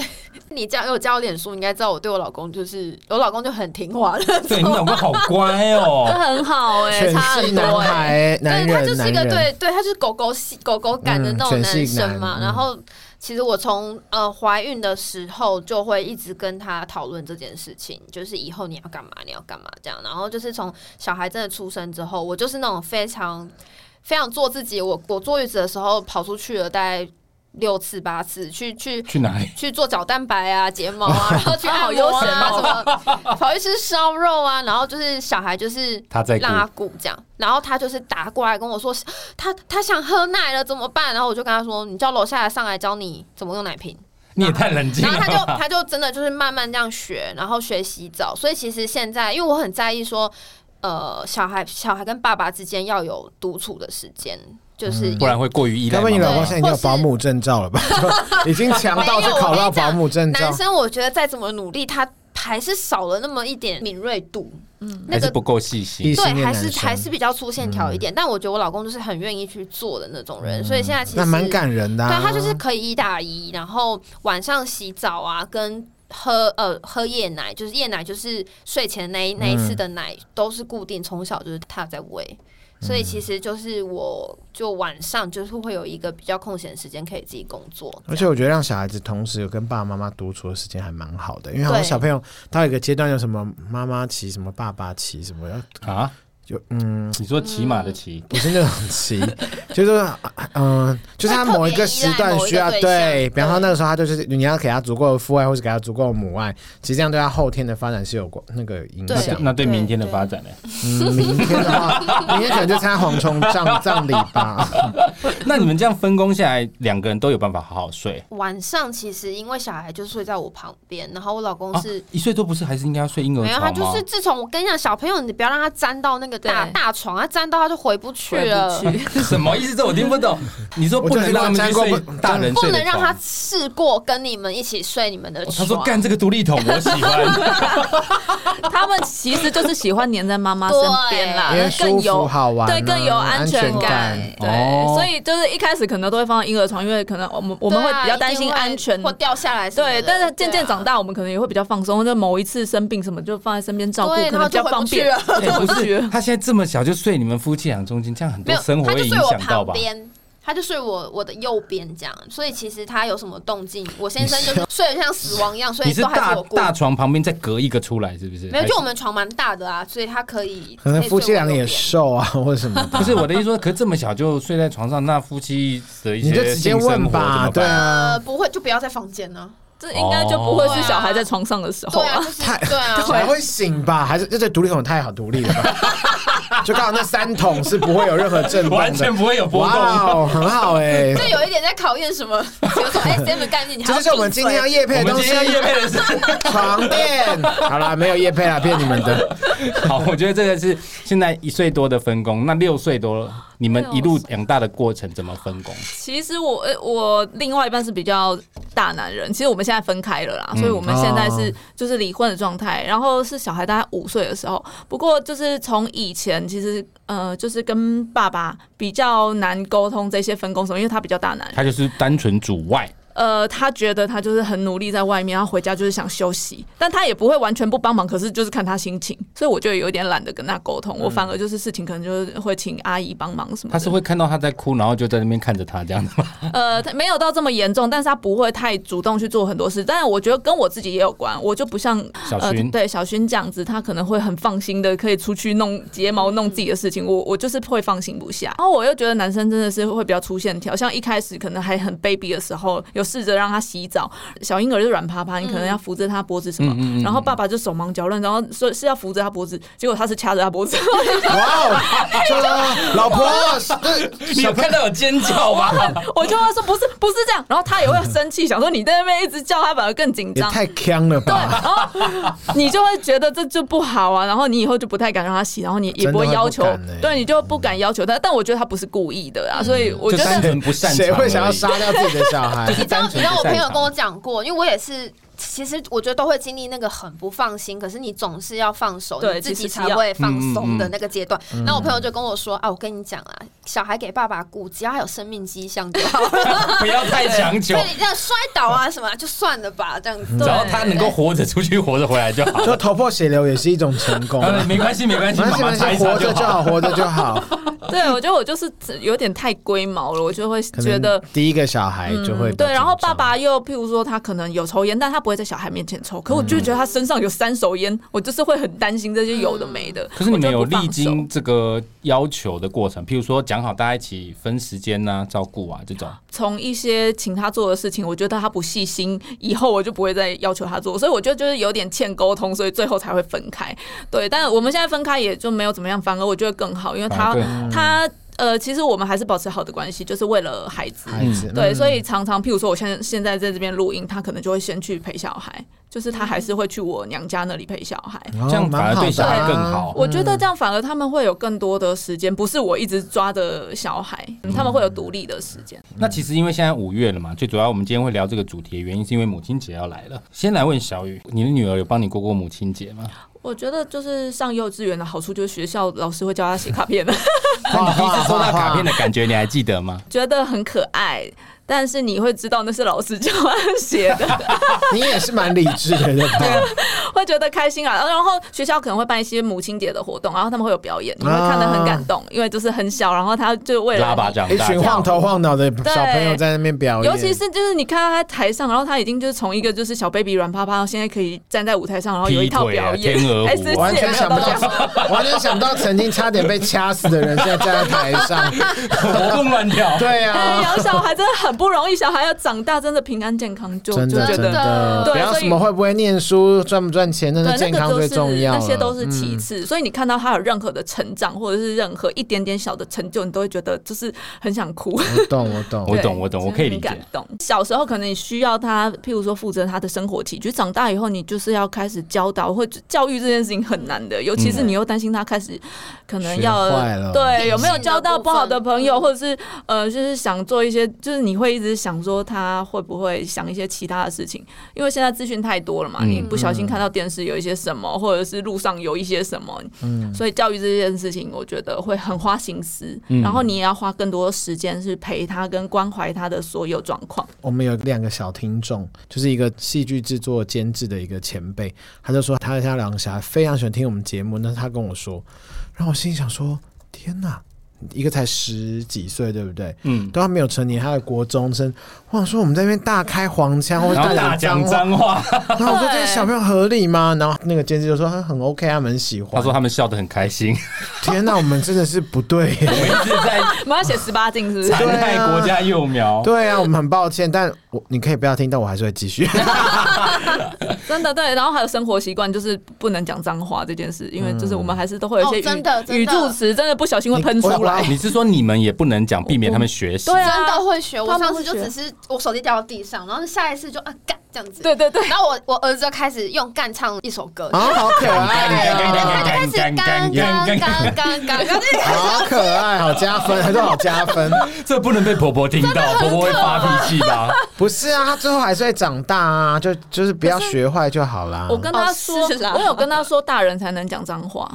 Speaker 5: 你加有加我脸书，你应该知道我对我老公就是我老公就很听话的，
Speaker 2: 对你老公好乖
Speaker 4: 他
Speaker 2: 哦，
Speaker 4: 很好哎、
Speaker 3: 全
Speaker 4: 差
Speaker 3: 是
Speaker 4: 很多
Speaker 3: 男
Speaker 4: 哎、
Speaker 3: 孩，男
Speaker 5: 但是他就
Speaker 3: 人，
Speaker 5: 是
Speaker 3: 男
Speaker 5: 一个
Speaker 3: 人。
Speaker 5: 对对，他就是狗狗系狗狗感的
Speaker 3: 嗯
Speaker 5: 那种
Speaker 3: 全
Speaker 5: 男
Speaker 3: 系男
Speaker 5: 生嘛。
Speaker 3: 嗯
Speaker 5: 然后其实我从呃怀孕的时候就会一直跟他讨论这件事情，就是以后你要干嘛，你要干嘛这样。然后就是从小孩真的出生之后，我就是那种非常非常做自己。我我坐月子的时候跑出去了，大概。六次八次去去
Speaker 2: 去哪里？
Speaker 5: 去做角蛋白啊、睫毛 啊，然后去
Speaker 4: 好
Speaker 5: 按
Speaker 4: 悠
Speaker 5: 摩
Speaker 4: 闲
Speaker 5: 啊，
Speaker 4: 哦
Speaker 5: 什么跑去吃烧肉啊，然后就是小孩就是
Speaker 2: 他在顾
Speaker 5: 让他顾这样，然后他就是打过来跟我说 他他想喝奶了怎么办？然后我就跟他说，你叫楼下来上来教你怎么用 奶瓶。
Speaker 2: 你也太冷静
Speaker 5: 然
Speaker 2: 了
Speaker 5: 后他就
Speaker 2: 吧。
Speaker 5: 他就真的就是慢慢这样学，然后学洗澡。所以其实现在，因为我很在意说，呃，小孩小孩跟爸爸之间要有独处的时间，就是
Speaker 2: 嗯不然会过于依
Speaker 3: 该
Speaker 2: 赖
Speaker 3: 不会你
Speaker 2: 妈
Speaker 3: 老
Speaker 2: 妈
Speaker 3: 公现在已经有保姆证照了吧？ 就已经强到去考到保姆证照
Speaker 5: 男，生我觉得再怎么努力，他还是少了那么一点敏锐度。嗯，那
Speaker 2: 还是
Speaker 5: 个
Speaker 2: 不够细心
Speaker 3: 异。性
Speaker 5: 对，
Speaker 3: 恋
Speaker 5: 还
Speaker 3: 男
Speaker 5: 是还是
Speaker 3: 生，嗯
Speaker 5: 比较粗线条一点。但我觉得我老公就是很愿意去做的那种人，所以现在其实
Speaker 3: 那蛮感人的、啊。
Speaker 5: 对他就是可以一打一，然后晚上洗澡啊，跟喝呃喝夜奶，就是夜奶就是睡前那一那一
Speaker 3: 嗯
Speaker 5: 次的奶、都是固定，从小就是他在喂。所以
Speaker 3: 嗯
Speaker 5: 其实就是我就晚上就是会有一个比较空闲的时间可以自己工作，
Speaker 3: 而且我觉得让小孩子同时有跟爸爸妈妈独处的时间还蛮好的，因为好像
Speaker 5: 对
Speaker 3: 小朋友到一个阶段，有什么妈妈骑，什么爸爸骑，什么要
Speaker 2: 啊？
Speaker 3: 就嗯，
Speaker 2: 你说骑马的骑，
Speaker 3: 不是那种 骑，就是嗯、呃就是他某一个时段需要
Speaker 5: 会特别依赖某一
Speaker 3: 对，
Speaker 5: 个对象对
Speaker 3: 比方说那个时候他就是你要给他足够的父爱，或是给他足够的母爱，其实这样对他后天的发展是有过那个影
Speaker 5: 对啊
Speaker 3: 响。
Speaker 2: 那对
Speaker 5: 对
Speaker 2: 明天的
Speaker 5: 对
Speaker 2: 发展呢？
Speaker 3: 嗯，明天的话，明天可能就参加蝗虫葬葬礼 吧。
Speaker 2: 那你们这样分工下来，两个人都有办法好好睡。
Speaker 5: 晚上其实因为小孩就睡在我旁边，然后我老公
Speaker 2: 啊
Speaker 5: 是、
Speaker 4: 哦
Speaker 2: 一岁多不是还是应该要睡婴儿
Speaker 5: 没有，他
Speaker 2: 床
Speaker 5: 就
Speaker 2: 吗
Speaker 5: 是？自从我跟你讲，小朋友你不要让他沾到那个大
Speaker 4: 对
Speaker 5: 大床，他沾到他就回不去了，
Speaker 4: 回不 去
Speaker 2: 什么意思？这我听不懂。你说不能让他们去
Speaker 3: 我
Speaker 2: 睡
Speaker 3: 就听过
Speaker 2: 大人
Speaker 5: 不
Speaker 2: 睡
Speaker 5: 能
Speaker 2: 的
Speaker 5: 让他
Speaker 2: 床。
Speaker 5: 试过跟你们一起睡你们的
Speaker 2: 哦
Speaker 5: 床。
Speaker 2: 他说干这个独立桶，我喜欢。
Speaker 4: 他们其实就是喜欢黏在妈妈身边啦
Speaker 3: 因为，舒
Speaker 4: 更
Speaker 3: 服
Speaker 4: 有
Speaker 3: 好玩啊、
Speaker 4: 对更有安
Speaker 3: 全
Speaker 4: 全感。对，
Speaker 2: 哦
Speaker 4: 所以就是一开始可能都会放婴儿床，因为可能我们我们会比较担心
Speaker 5: 对啊
Speaker 4: 安全
Speaker 5: 一定。会或掉下来什么的。啊
Speaker 4: 对，但是渐渐长
Speaker 5: 大，
Speaker 4: 大，我们可能也会比较放松。就某一次生病什么，就放在身边照顾，
Speaker 5: 对
Speaker 4: 可能比较方便。
Speaker 5: 然后
Speaker 2: 哎不是
Speaker 4: 觉，
Speaker 2: 他现在这么小就睡你们夫妻俩中间，这样很
Speaker 5: 没
Speaker 2: 多
Speaker 5: 有，
Speaker 2: 生活
Speaker 5: 他
Speaker 2: 会
Speaker 5: 就
Speaker 2: 影
Speaker 5: 睡我
Speaker 2: 响到
Speaker 5: 旁
Speaker 2: 吧？
Speaker 5: 边。他就睡我我的右边这样，所以其实他有什么动静，我先生就是睡得像死亡一样，所
Speaker 2: 你
Speaker 5: 以
Speaker 2: 是
Speaker 5: 都还
Speaker 2: 大
Speaker 5: 是我顾。
Speaker 2: 大床旁边再隔一个出来，是不是？
Speaker 5: 没有，
Speaker 2: 还是
Speaker 5: 就我们床蛮大的啊，所以他可以。
Speaker 3: 可能夫妻俩
Speaker 5: 可
Speaker 3: 也
Speaker 5: 以睡我右边
Speaker 3: 瘦啊，或者什么的。
Speaker 2: 不是我的意思说，可这么小就睡在床上，那夫妻的一些
Speaker 3: 你就直接
Speaker 2: 性生活
Speaker 3: 问吧，
Speaker 2: 怎
Speaker 3: 对
Speaker 2: 么办
Speaker 5: 呃，
Speaker 3: 啊，
Speaker 5: 不会，就不要在房间呢、
Speaker 4: 这应该就不会是小孩在床上的时候
Speaker 5: 哦对啊，
Speaker 4: 啊
Speaker 5: 就。是
Speaker 3: 哦太
Speaker 5: 对啊，
Speaker 3: 才会醒吧？还是这这独立桶太好独立了吧？就刚好那三桶是不会有任何震动的，
Speaker 2: 完全不会有波
Speaker 3: 哇
Speaker 2: 动。
Speaker 3: 哦，很好哎、
Speaker 5: 这有一点在考验什么， 比如说 S M 概念，你还
Speaker 3: 这
Speaker 5: 要
Speaker 3: 就是我们今天要
Speaker 5: 闭
Speaker 3: 夜配
Speaker 2: 我
Speaker 3: 的
Speaker 2: 们
Speaker 3: 东
Speaker 2: 今
Speaker 3: 西
Speaker 2: 天，夜配的 是
Speaker 3: 床垫。好啦，没有夜配啦，骗你们的。
Speaker 2: 好，我觉得这个是现在一岁多的分工，那六岁多了你们一路养大的过程怎么分工？
Speaker 4: 其实我呃我另外一半是比较大男人，其实我们现在分开了啦，所以我们现在是就是离婚的状态，然后是小孩大概五岁的时候。不过就是从以前其实呃就是跟爸爸比较难沟通这些分工什么，因为他比较大男人。
Speaker 2: 他就是单纯主外，
Speaker 4: 呃，他觉得他就是很努力在外面，然后回家就是想休息，但他也不会完全不帮忙，可是就是看他心情，所以我就有点懒得跟他沟通，我反而就是事情可能就是会请阿姨帮忙什么的。
Speaker 2: 他是会看到他在哭，然后就在那边看着他这样子吗。
Speaker 4: 呃，他没有到这么严重，但是他不会太主动去做很多事。但是我觉得跟我自己也有关，我就不像
Speaker 2: 小
Speaker 4: 呃
Speaker 2: 薰
Speaker 4: 对小薰这样子，他可能会很放心的可以出去弄睫毛、弄自己的事情。我我就是会放心不下。然后我又觉得男生真的是会比较粗线条，像一开始可能还很 baby 的时候，有试着让他洗澡，小婴儿就软趴趴，你可能要扶着他脖子什么，
Speaker 2: 嗯嗯嗯嗯
Speaker 4: 然后爸爸就手忙脚乱，然后说是要扶着他 脖子，结果他是掐着他脖子。
Speaker 3: 哇哦，这老婆，这
Speaker 2: 你有
Speaker 3: 小朋
Speaker 2: 看到有尖叫吧？
Speaker 4: 我就会说不是不是这样，然后他也会生气，想说你在那边一直叫他，反而更紧
Speaker 3: 也
Speaker 4: 张。
Speaker 3: 太强了
Speaker 4: 对，
Speaker 3: 吧？
Speaker 4: 然后哦你就会觉得这就不好啊，然后你以后就不太敢让他洗，然后你也不会要求
Speaker 3: 真的会不敢，欸嗯
Speaker 4: 对你就不敢要求他。但我觉得他不是故意的啊，所以我
Speaker 2: 就
Speaker 4: 觉
Speaker 2: 单
Speaker 4: 得
Speaker 2: 纯不擅长而已，
Speaker 3: 谁会想要杀掉自己的小孩
Speaker 2: 就？是
Speaker 5: 你知道，
Speaker 2: 单
Speaker 5: 你
Speaker 2: 纯
Speaker 5: 知道我
Speaker 2: 不擅
Speaker 5: 朋友
Speaker 2: 长
Speaker 5: 跟我讲过，因为我也是，其实我觉得都会经历那个很不放心，可是你总是要放手，
Speaker 4: 对
Speaker 5: 你自己
Speaker 4: 其实
Speaker 5: 才
Speaker 4: 要
Speaker 5: 会放松
Speaker 3: 嗯
Speaker 5: 的那个阶段。那我朋友就跟我说啊，我跟你讲啊，小孩给爸爸顾，只要他有生命迹象就 好了。
Speaker 2: 不要太强求
Speaker 5: 对，，你这样摔倒啊什么啊，就算了吧，这样子。
Speaker 4: 对
Speaker 2: 只要他能够活着出去，活着回来就 好。
Speaker 3: 就头破血流也是一种成功。
Speaker 2: 呃没关系，没关系，
Speaker 3: 没
Speaker 2: 妈
Speaker 3: 关系，
Speaker 2: 妈擦
Speaker 3: 没关
Speaker 2: 一
Speaker 3: 系，
Speaker 2: 擦
Speaker 3: 活着就好，
Speaker 2: 好。
Speaker 3: 活着就好。
Speaker 4: 对，我觉得我就是有点太龟毛了，我就会
Speaker 3: 可
Speaker 4: 觉
Speaker 3: 能
Speaker 4: 得。
Speaker 3: 第一个小孩就会
Speaker 4: 嗯
Speaker 3: 比较
Speaker 4: 对，然后
Speaker 3: 紧
Speaker 4: 爸
Speaker 3: 张
Speaker 4: 爸又譬如说他可能有抽烟，但他不会在小孩面前抽，可我就觉得他身上有三手烟，我就是会很担心这些有的没的。
Speaker 2: 嗯可是你们有
Speaker 4: 我就不放
Speaker 2: 历经这个要求的过程，譬如说讲好大家一起分时间呐、照顾啊这种，
Speaker 3: 嗯
Speaker 4: 从一些请他做的事情，我觉得他不细心，以后我就不会再要求他做，所以我觉得就是有点欠沟通，所以最后才会分开。对，但我们现在分开也就没有怎么样，反而我觉得更好，因为
Speaker 2: 反而
Speaker 4: 他
Speaker 2: 更好
Speaker 4: 他呃，其实我们还是保持好的关系，就是为了孩子。
Speaker 3: 孩子，
Speaker 4: 对，
Speaker 3: 嗯
Speaker 4: 所以常常，譬如说，我现在现在在这边录音，他可能就会先去陪小孩，就是他还是会去我娘家那里陪小孩。
Speaker 3: 哦
Speaker 2: 这样反而对小孩更好。
Speaker 4: 我觉得这样反而他们会有更多的时间，不是我一直抓着小孩，嗯他们会有独立的时间。
Speaker 2: 那其实因为现在五月了嘛，最主要我们今天会聊这个主题的原因是因为母亲节要来了。先来问小雨，你的女儿有帮你过过母亲节吗？
Speaker 4: 我觉得就是上幼稚园的好处就是学校老师会教他写卡片，
Speaker 2: 那
Speaker 3: 啊
Speaker 2: 你第一次收到卡片
Speaker 3: 的，
Speaker 2: 的感觉你还记得
Speaker 3: 啊
Speaker 2: 吗？
Speaker 4: 觉得很可爱，但是你会知道那是老师教他写的，
Speaker 3: 你也是蛮理智的，对啊吧？
Speaker 4: 会觉得开心啊。然后学校可能会办一些母亲节的活动，然后他们会有表演，你会看得很感动，因为就是很小，然后他就为了
Speaker 2: 拉巴
Speaker 4: 你
Speaker 2: 掌
Speaker 3: 一
Speaker 2: 大
Speaker 3: 群
Speaker 2: 家
Speaker 3: 哎 晃头晃脑的小朋友在那边表演，
Speaker 4: 尤其是就是你看到他在台上，然后他已经就是从一个就是小 baby 软趴趴，到现在可以站在舞台上，然后有一套
Speaker 2: 劈腿啊
Speaker 4: 表演，
Speaker 2: 天鹅湖
Speaker 4: 哎是 是
Speaker 3: 完
Speaker 4: 也
Speaker 3: 全
Speaker 4: 没有
Speaker 3: 想不
Speaker 4: 到
Speaker 3: 到
Speaker 4: 这样。，
Speaker 3: 完全想不到曾经差点被掐死的人现在站在台 上，
Speaker 2: 活蹦乱跳。
Speaker 3: 对
Speaker 4: 哎
Speaker 3: 啊。
Speaker 4: 养小孩真的很不容易，小孩要长大真的平安健康就
Speaker 3: 真
Speaker 4: 就
Speaker 3: 的
Speaker 4: 觉
Speaker 3: 真
Speaker 4: 得
Speaker 3: 的，
Speaker 4: 对
Speaker 3: 不
Speaker 4: 啊
Speaker 3: 要
Speaker 4: 所以
Speaker 3: 什么会不会念书、赚不赚钱，那
Speaker 4: 对，
Speaker 3: 是健
Speaker 4: 那
Speaker 3: 康
Speaker 4: 个
Speaker 3: 最重要了。嗯
Speaker 4: 就是那些都是其次，所以你看到他有任何的成长，或者是任何一点点小的成就，你都会觉得就是很想哭。
Speaker 3: 我懂，嗯我懂。
Speaker 2: 我
Speaker 4: 对
Speaker 2: 懂，我懂，
Speaker 4: 就是
Speaker 2: 我可以理
Speaker 4: 很
Speaker 2: 解
Speaker 4: 感。动。小时候可能你需要他，譬如说负责他的生活起居，长大以后你就是要开始教导或者教育这件事情很难的，尤其是你又担心他开始可能要
Speaker 3: 嗯学坏了
Speaker 4: 对有没有
Speaker 5: 品性的
Speaker 4: 交到
Speaker 5: 部
Speaker 4: 不好
Speaker 5: 分
Speaker 4: 的朋友，
Speaker 5: 嗯
Speaker 4: 或者是呃，就是想做一些，就是你会一直想说他会不会想一些其他的事情，因为现在资讯太多了嘛，你不小心看到电视有一些什么，或者是路上有一些什么，所以教育这件事情，我觉得会很花心思，然后你也要花更多的时间去陪他跟关怀他的所有状况。
Speaker 3: 我们有两个小听众，就是一个戏剧制作监制的一个前辈，他就说他的家两个小孩非常喜欢听我们节目，那他跟我说，然后我心里想说，天哪！一个才十几岁，对不对？
Speaker 2: 嗯，
Speaker 3: 都还没有成年，他的国中生，我想说我们在那边大开黄腔，或者
Speaker 2: 然 后大
Speaker 3: 讲
Speaker 2: 讲
Speaker 3: 脏话，
Speaker 2: 脏话，
Speaker 3: 然后我说
Speaker 4: 对
Speaker 3: 这些小朋友合理吗？然后那个监制就说嗯他很 OK，他们很喜欢。
Speaker 2: 他说他们笑得很开心，
Speaker 3: 天哪，我们真的是不对耶
Speaker 2: 我们一直在
Speaker 4: 我们要写十八禁是不是？
Speaker 2: 残
Speaker 3: 啊
Speaker 2: 害国家幼苗。
Speaker 3: 对啊，我们很抱歉，但我你可以不要听，但我还是会继 续。
Speaker 4: 真的对，然后还有生活习惯，就是不能讲脏话这件事，因为就是我们还是都会有一
Speaker 5: 哦
Speaker 4: 些语、
Speaker 5: 真的真的
Speaker 4: 语助词，真的不小心会喷出
Speaker 3: 你我
Speaker 4: 来
Speaker 3: 我。
Speaker 2: 你是说你们也不能讲，避免他们学习？
Speaker 4: 对
Speaker 5: 真
Speaker 4: 啊，
Speaker 5: 的会学，我
Speaker 4: 他们
Speaker 5: 上
Speaker 4: 会
Speaker 5: 次就
Speaker 4: 学
Speaker 5: 只是我手机掉到地上，然后下一次就啊干这样子。
Speaker 4: 对对对。
Speaker 5: 然后我我儿子就开始用干唱一首歌，
Speaker 3: 啊，好可爱
Speaker 5: 对，
Speaker 3: 哦、
Speaker 5: 他就开始干干干干干干，然后就
Speaker 3: 好可爱，好加分， 还是好加分？
Speaker 2: 这不能被婆婆听到，婆婆会发脾气吧？
Speaker 3: 不是啊，他最后还是会长大啊，就就是不要学坏就好啦。
Speaker 4: 我跟他说，
Speaker 5: 哦是啦
Speaker 4: 我有跟他说，大人才能讲脏话，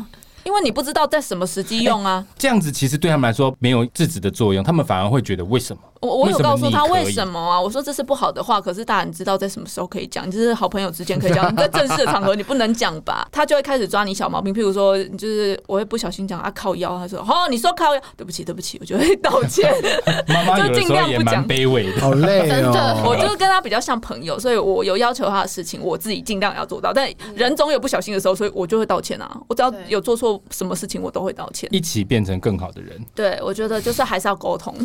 Speaker 4: 因为你不知道在什么时机用啊。
Speaker 2: 这样子其实对他们来说没有制止的作用，他们反而会觉得为什么？
Speaker 4: 我我有
Speaker 2: 为什么
Speaker 4: 告诉
Speaker 2: 你
Speaker 4: 他
Speaker 2: 可以
Speaker 4: 为什么啊？我说这是不好的话，可是大人知道在什么时候可以讲，就是好朋友之间可以讲，你在正式的场合你不能讲吧？他就会开始抓你小毛病，譬如说，就是我会不小心讲啊靠腰，他说哦你说靠腰，对不起对不起，我就会道歉。
Speaker 2: 妈妈有的时
Speaker 4: 就尽
Speaker 2: 候
Speaker 4: 量不
Speaker 2: 也蛮
Speaker 4: 讲
Speaker 2: 卑微的。
Speaker 3: 好累
Speaker 5: 真的
Speaker 3: 哦。
Speaker 4: 我就是跟他比较像朋友，所以我有要求他的事情，我自己尽量要做到。但人总有不小心的时候，所以我就会道歉啊。我只要
Speaker 5: 对
Speaker 4: 有做错什么事情，我都会道 歉。啊
Speaker 2: 一起变成更好的人。
Speaker 4: 对，我觉得就是还是要沟通。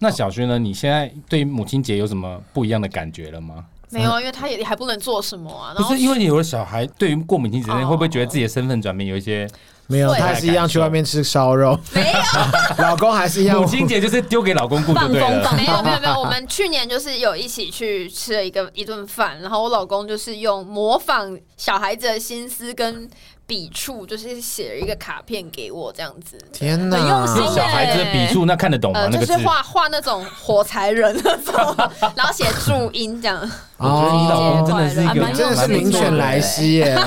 Speaker 2: 那小学呢？你现在对母亲节有什么不一样的感觉了吗？
Speaker 5: 没有啊，因为他也还不能做什么啊。
Speaker 2: 不
Speaker 5: 然后
Speaker 2: 是因为有的小孩对于过母亲节那天，
Speaker 5: 哦
Speaker 2: 会不会觉得自己的身份转变有一些？
Speaker 3: 没有，
Speaker 5: 会
Speaker 3: 他还是一样去外面吃烧肉，
Speaker 5: 没有。
Speaker 3: 老公还是一样
Speaker 2: 母。亲节就是丢给老公顾就对
Speaker 4: 放风
Speaker 2: 了
Speaker 4: 放。
Speaker 5: 没有没有没有，我们去年就是有一起去吃了一个一顿饭，然后我老公就是用模仿小孩子的心思跟笔触，就是写了一个卡片给我这样子。
Speaker 3: 天哪，
Speaker 4: 很用心
Speaker 2: 用小孩子的笔触，那看得懂吗
Speaker 5: 呃，？
Speaker 2: 那
Speaker 5: 就
Speaker 2: 个字
Speaker 5: 是，画画那种火柴人那种，然后写注音这样，
Speaker 2: 我觉得你老公真的是一
Speaker 4: 还蛮
Speaker 2: 个
Speaker 4: 用
Speaker 3: 哦啊真的是
Speaker 4: 心
Speaker 3: 名
Speaker 4: 的
Speaker 3: 犬来袭 耶，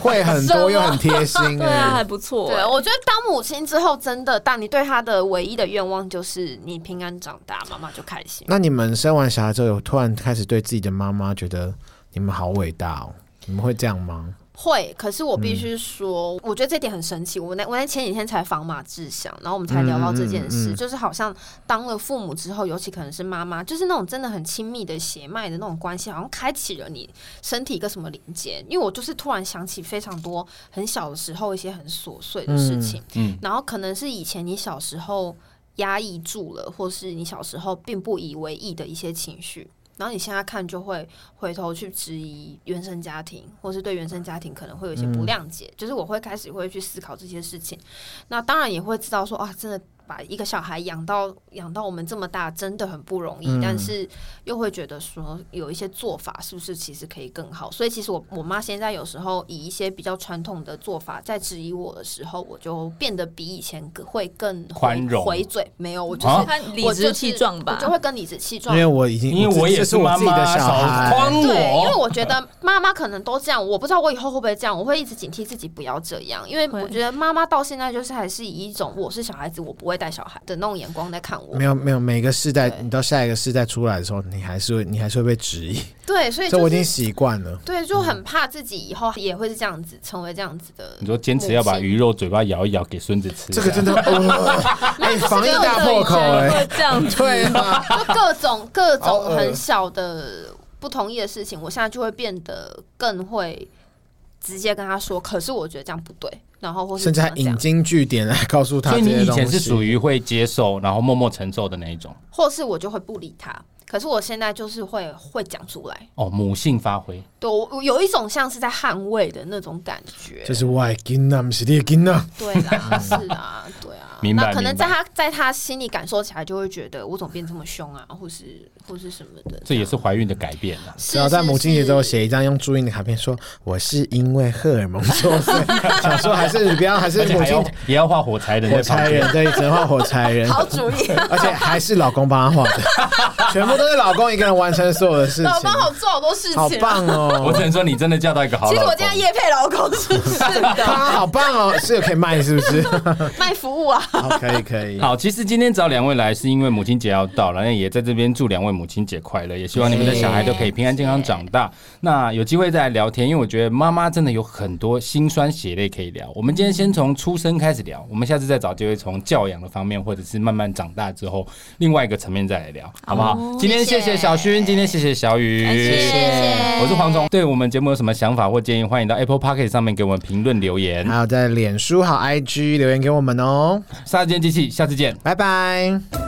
Speaker 3: 会很多又很贴心
Speaker 4: 对啊，还
Speaker 3: 哎。
Speaker 4: 不错、
Speaker 5: 对，我觉得当母亲之后，真的，但你对他的唯一的愿望就是你平安长大，妈妈就开心。
Speaker 3: 那你们生完小孩之后，有突然开始对自己的妈妈觉得你们好伟大哦？你们会这样吗？
Speaker 5: 会，可是我必
Speaker 3: 嗯
Speaker 5: 须说，我觉得这点很神奇。我那我在前几天才访马志祥，然后我们才聊到这件事，
Speaker 3: 嗯嗯嗯
Speaker 5: 就是好像当了父母之后，尤其可能是妈妈，就是那种真的很亲密的血脉的那种关系，好像开启了你身体一个什么连接。因为我就是突然想起非常多很小的时候一些很琐碎的事情，
Speaker 2: 嗯，
Speaker 5: 然后可能是以前你小时候压抑住了，或是你小时候并不以为意的一些情绪，然后你现在看就会回头去质疑原生家庭，或是对原生家庭可能会有一些不谅解。就是我会开始会去思考这些事情，那当然也会知道说啊，真的。把一个小孩养到养到我们这么大，真的很不容易。
Speaker 3: 嗯
Speaker 5: 但是又会觉得说，有一些做法是不是其实可以更好？所以其实我我妈现在有时候以一些比较传统的做法在质疑我的时候，我就变得比以前更会更回
Speaker 2: 宽容
Speaker 5: 回嘴。没有，我就是、
Speaker 2: 啊
Speaker 4: 他理
Speaker 5: 我就
Speaker 4: 直
Speaker 5: 是
Speaker 4: 气壮吧
Speaker 5: 我就会跟理直气
Speaker 3: 因
Speaker 5: 壮。
Speaker 3: 为我已经，
Speaker 2: 因为我也
Speaker 3: 这
Speaker 2: 是
Speaker 3: 是我
Speaker 2: 妈
Speaker 3: 自己
Speaker 2: 妈啊
Speaker 3: 的，小
Speaker 2: 少
Speaker 3: 孩
Speaker 2: 框，
Speaker 5: 对，因为
Speaker 2: 我。
Speaker 5: 我觉得妈妈可能都这样，我不知道我以后会不会这样，我会一直警惕自己不要这样，因为
Speaker 4: 会
Speaker 5: 我觉得妈妈到现在就是还是以一种我是小孩子，我不会带小孩的那种眼光在看我
Speaker 3: 没。有没有，每个世代，
Speaker 5: 对
Speaker 3: 你到下一个世代出来的时候，你还是会你还是会被质疑，
Speaker 5: 对，所以
Speaker 3: 这我
Speaker 5: 就
Speaker 3: 已经
Speaker 5: 是
Speaker 3: 习惯了。
Speaker 5: 对，啊就很怕自己以后也会是这样子，成为这样子的母亲。
Speaker 2: 你说坚持要把鱼肉嘴巴咬一咬给孙子吃，
Speaker 3: 这个真的，哇哎，防疫大破口
Speaker 4: 对
Speaker 3: 哎，
Speaker 4: 会这样子。
Speaker 3: 对啊，
Speaker 5: 就各种各
Speaker 3: 好
Speaker 5: 种
Speaker 3: 恶
Speaker 5: 很小的不同意的事情，我现在就会变得更会直接跟他说。可是我觉得这样不对，然后或是
Speaker 3: 甚至还
Speaker 5: 怎么
Speaker 3: 引
Speaker 5: 样，
Speaker 3: 经据典来告诉他
Speaker 2: 所
Speaker 3: 这
Speaker 2: 以你
Speaker 3: 些
Speaker 2: 以
Speaker 3: 东
Speaker 2: 前是属
Speaker 3: 西。
Speaker 2: 于会接受，然后默默承受的那一种。
Speaker 5: 或是我就会不理他。可是我现在就是会会讲出来，
Speaker 2: 哦，母性发挥，
Speaker 5: 对我我有一种像是在捍卫的那种感觉
Speaker 3: 这。是外金呐，不是你的金呐。
Speaker 5: 对 啦，是啊，对
Speaker 2: 嗯
Speaker 5: 啊。
Speaker 2: 明白
Speaker 5: 那可能
Speaker 2: 明白
Speaker 5: 在他在他心里感受起来，就会觉得我怎么变这么凶啊，或是或是什么的样。
Speaker 2: 这也是怀孕的改变啊。
Speaker 5: 是
Speaker 3: 然后在
Speaker 5: 是
Speaker 3: 母亲节之后
Speaker 5: 是
Speaker 3: 写一张用注音的卡片，说我是因为荷尔蒙作祟，想说还是你不要，还是
Speaker 2: 而且
Speaker 3: 母
Speaker 2: 还
Speaker 3: 亲
Speaker 2: 要也要画火柴人在
Speaker 3: 火
Speaker 2: 旁
Speaker 3: 柴
Speaker 2: 边，
Speaker 3: 人对，只能画火柴 人，
Speaker 5: 好主 意，
Speaker 3: 而且还是老公帮他画的，全部都是老公一个人完成所有的事情，
Speaker 5: 老公好做好多事情、啊，
Speaker 3: 好棒
Speaker 2: 我只
Speaker 3: 哦！
Speaker 2: 能说你真的嫁到一个好老
Speaker 5: 其
Speaker 2: 公。
Speaker 5: 实我今天夜配老公是不是
Speaker 3: 他好棒哦，是有可以卖是不 是？
Speaker 5: 卖服务啊？
Speaker 3: 好，可以可以。
Speaker 2: 好，其实今天找两位来是因为母亲节要到了，那也在这边祝两位母亲节快乐，也希望你们的小孩都可以平安健康长大。那有机会再来聊天，因为我觉得妈妈真的有很多辛酸血泪可以聊。我们今天先从出生开始聊，我们下次再找机会从教养的方面，或者是慢慢长大之后另外一个层面再来聊，好不好？今天谢哦谢小薰，今天谢谢小雨，我是黄总。对我们节目有什么想法或建议，欢迎到 Apple p o c k e t 上面给我们评论留言。
Speaker 3: 还有在脸书好 IG 留言给我们哦，
Speaker 2: 杀时间机器，下次见。
Speaker 3: 拜拜。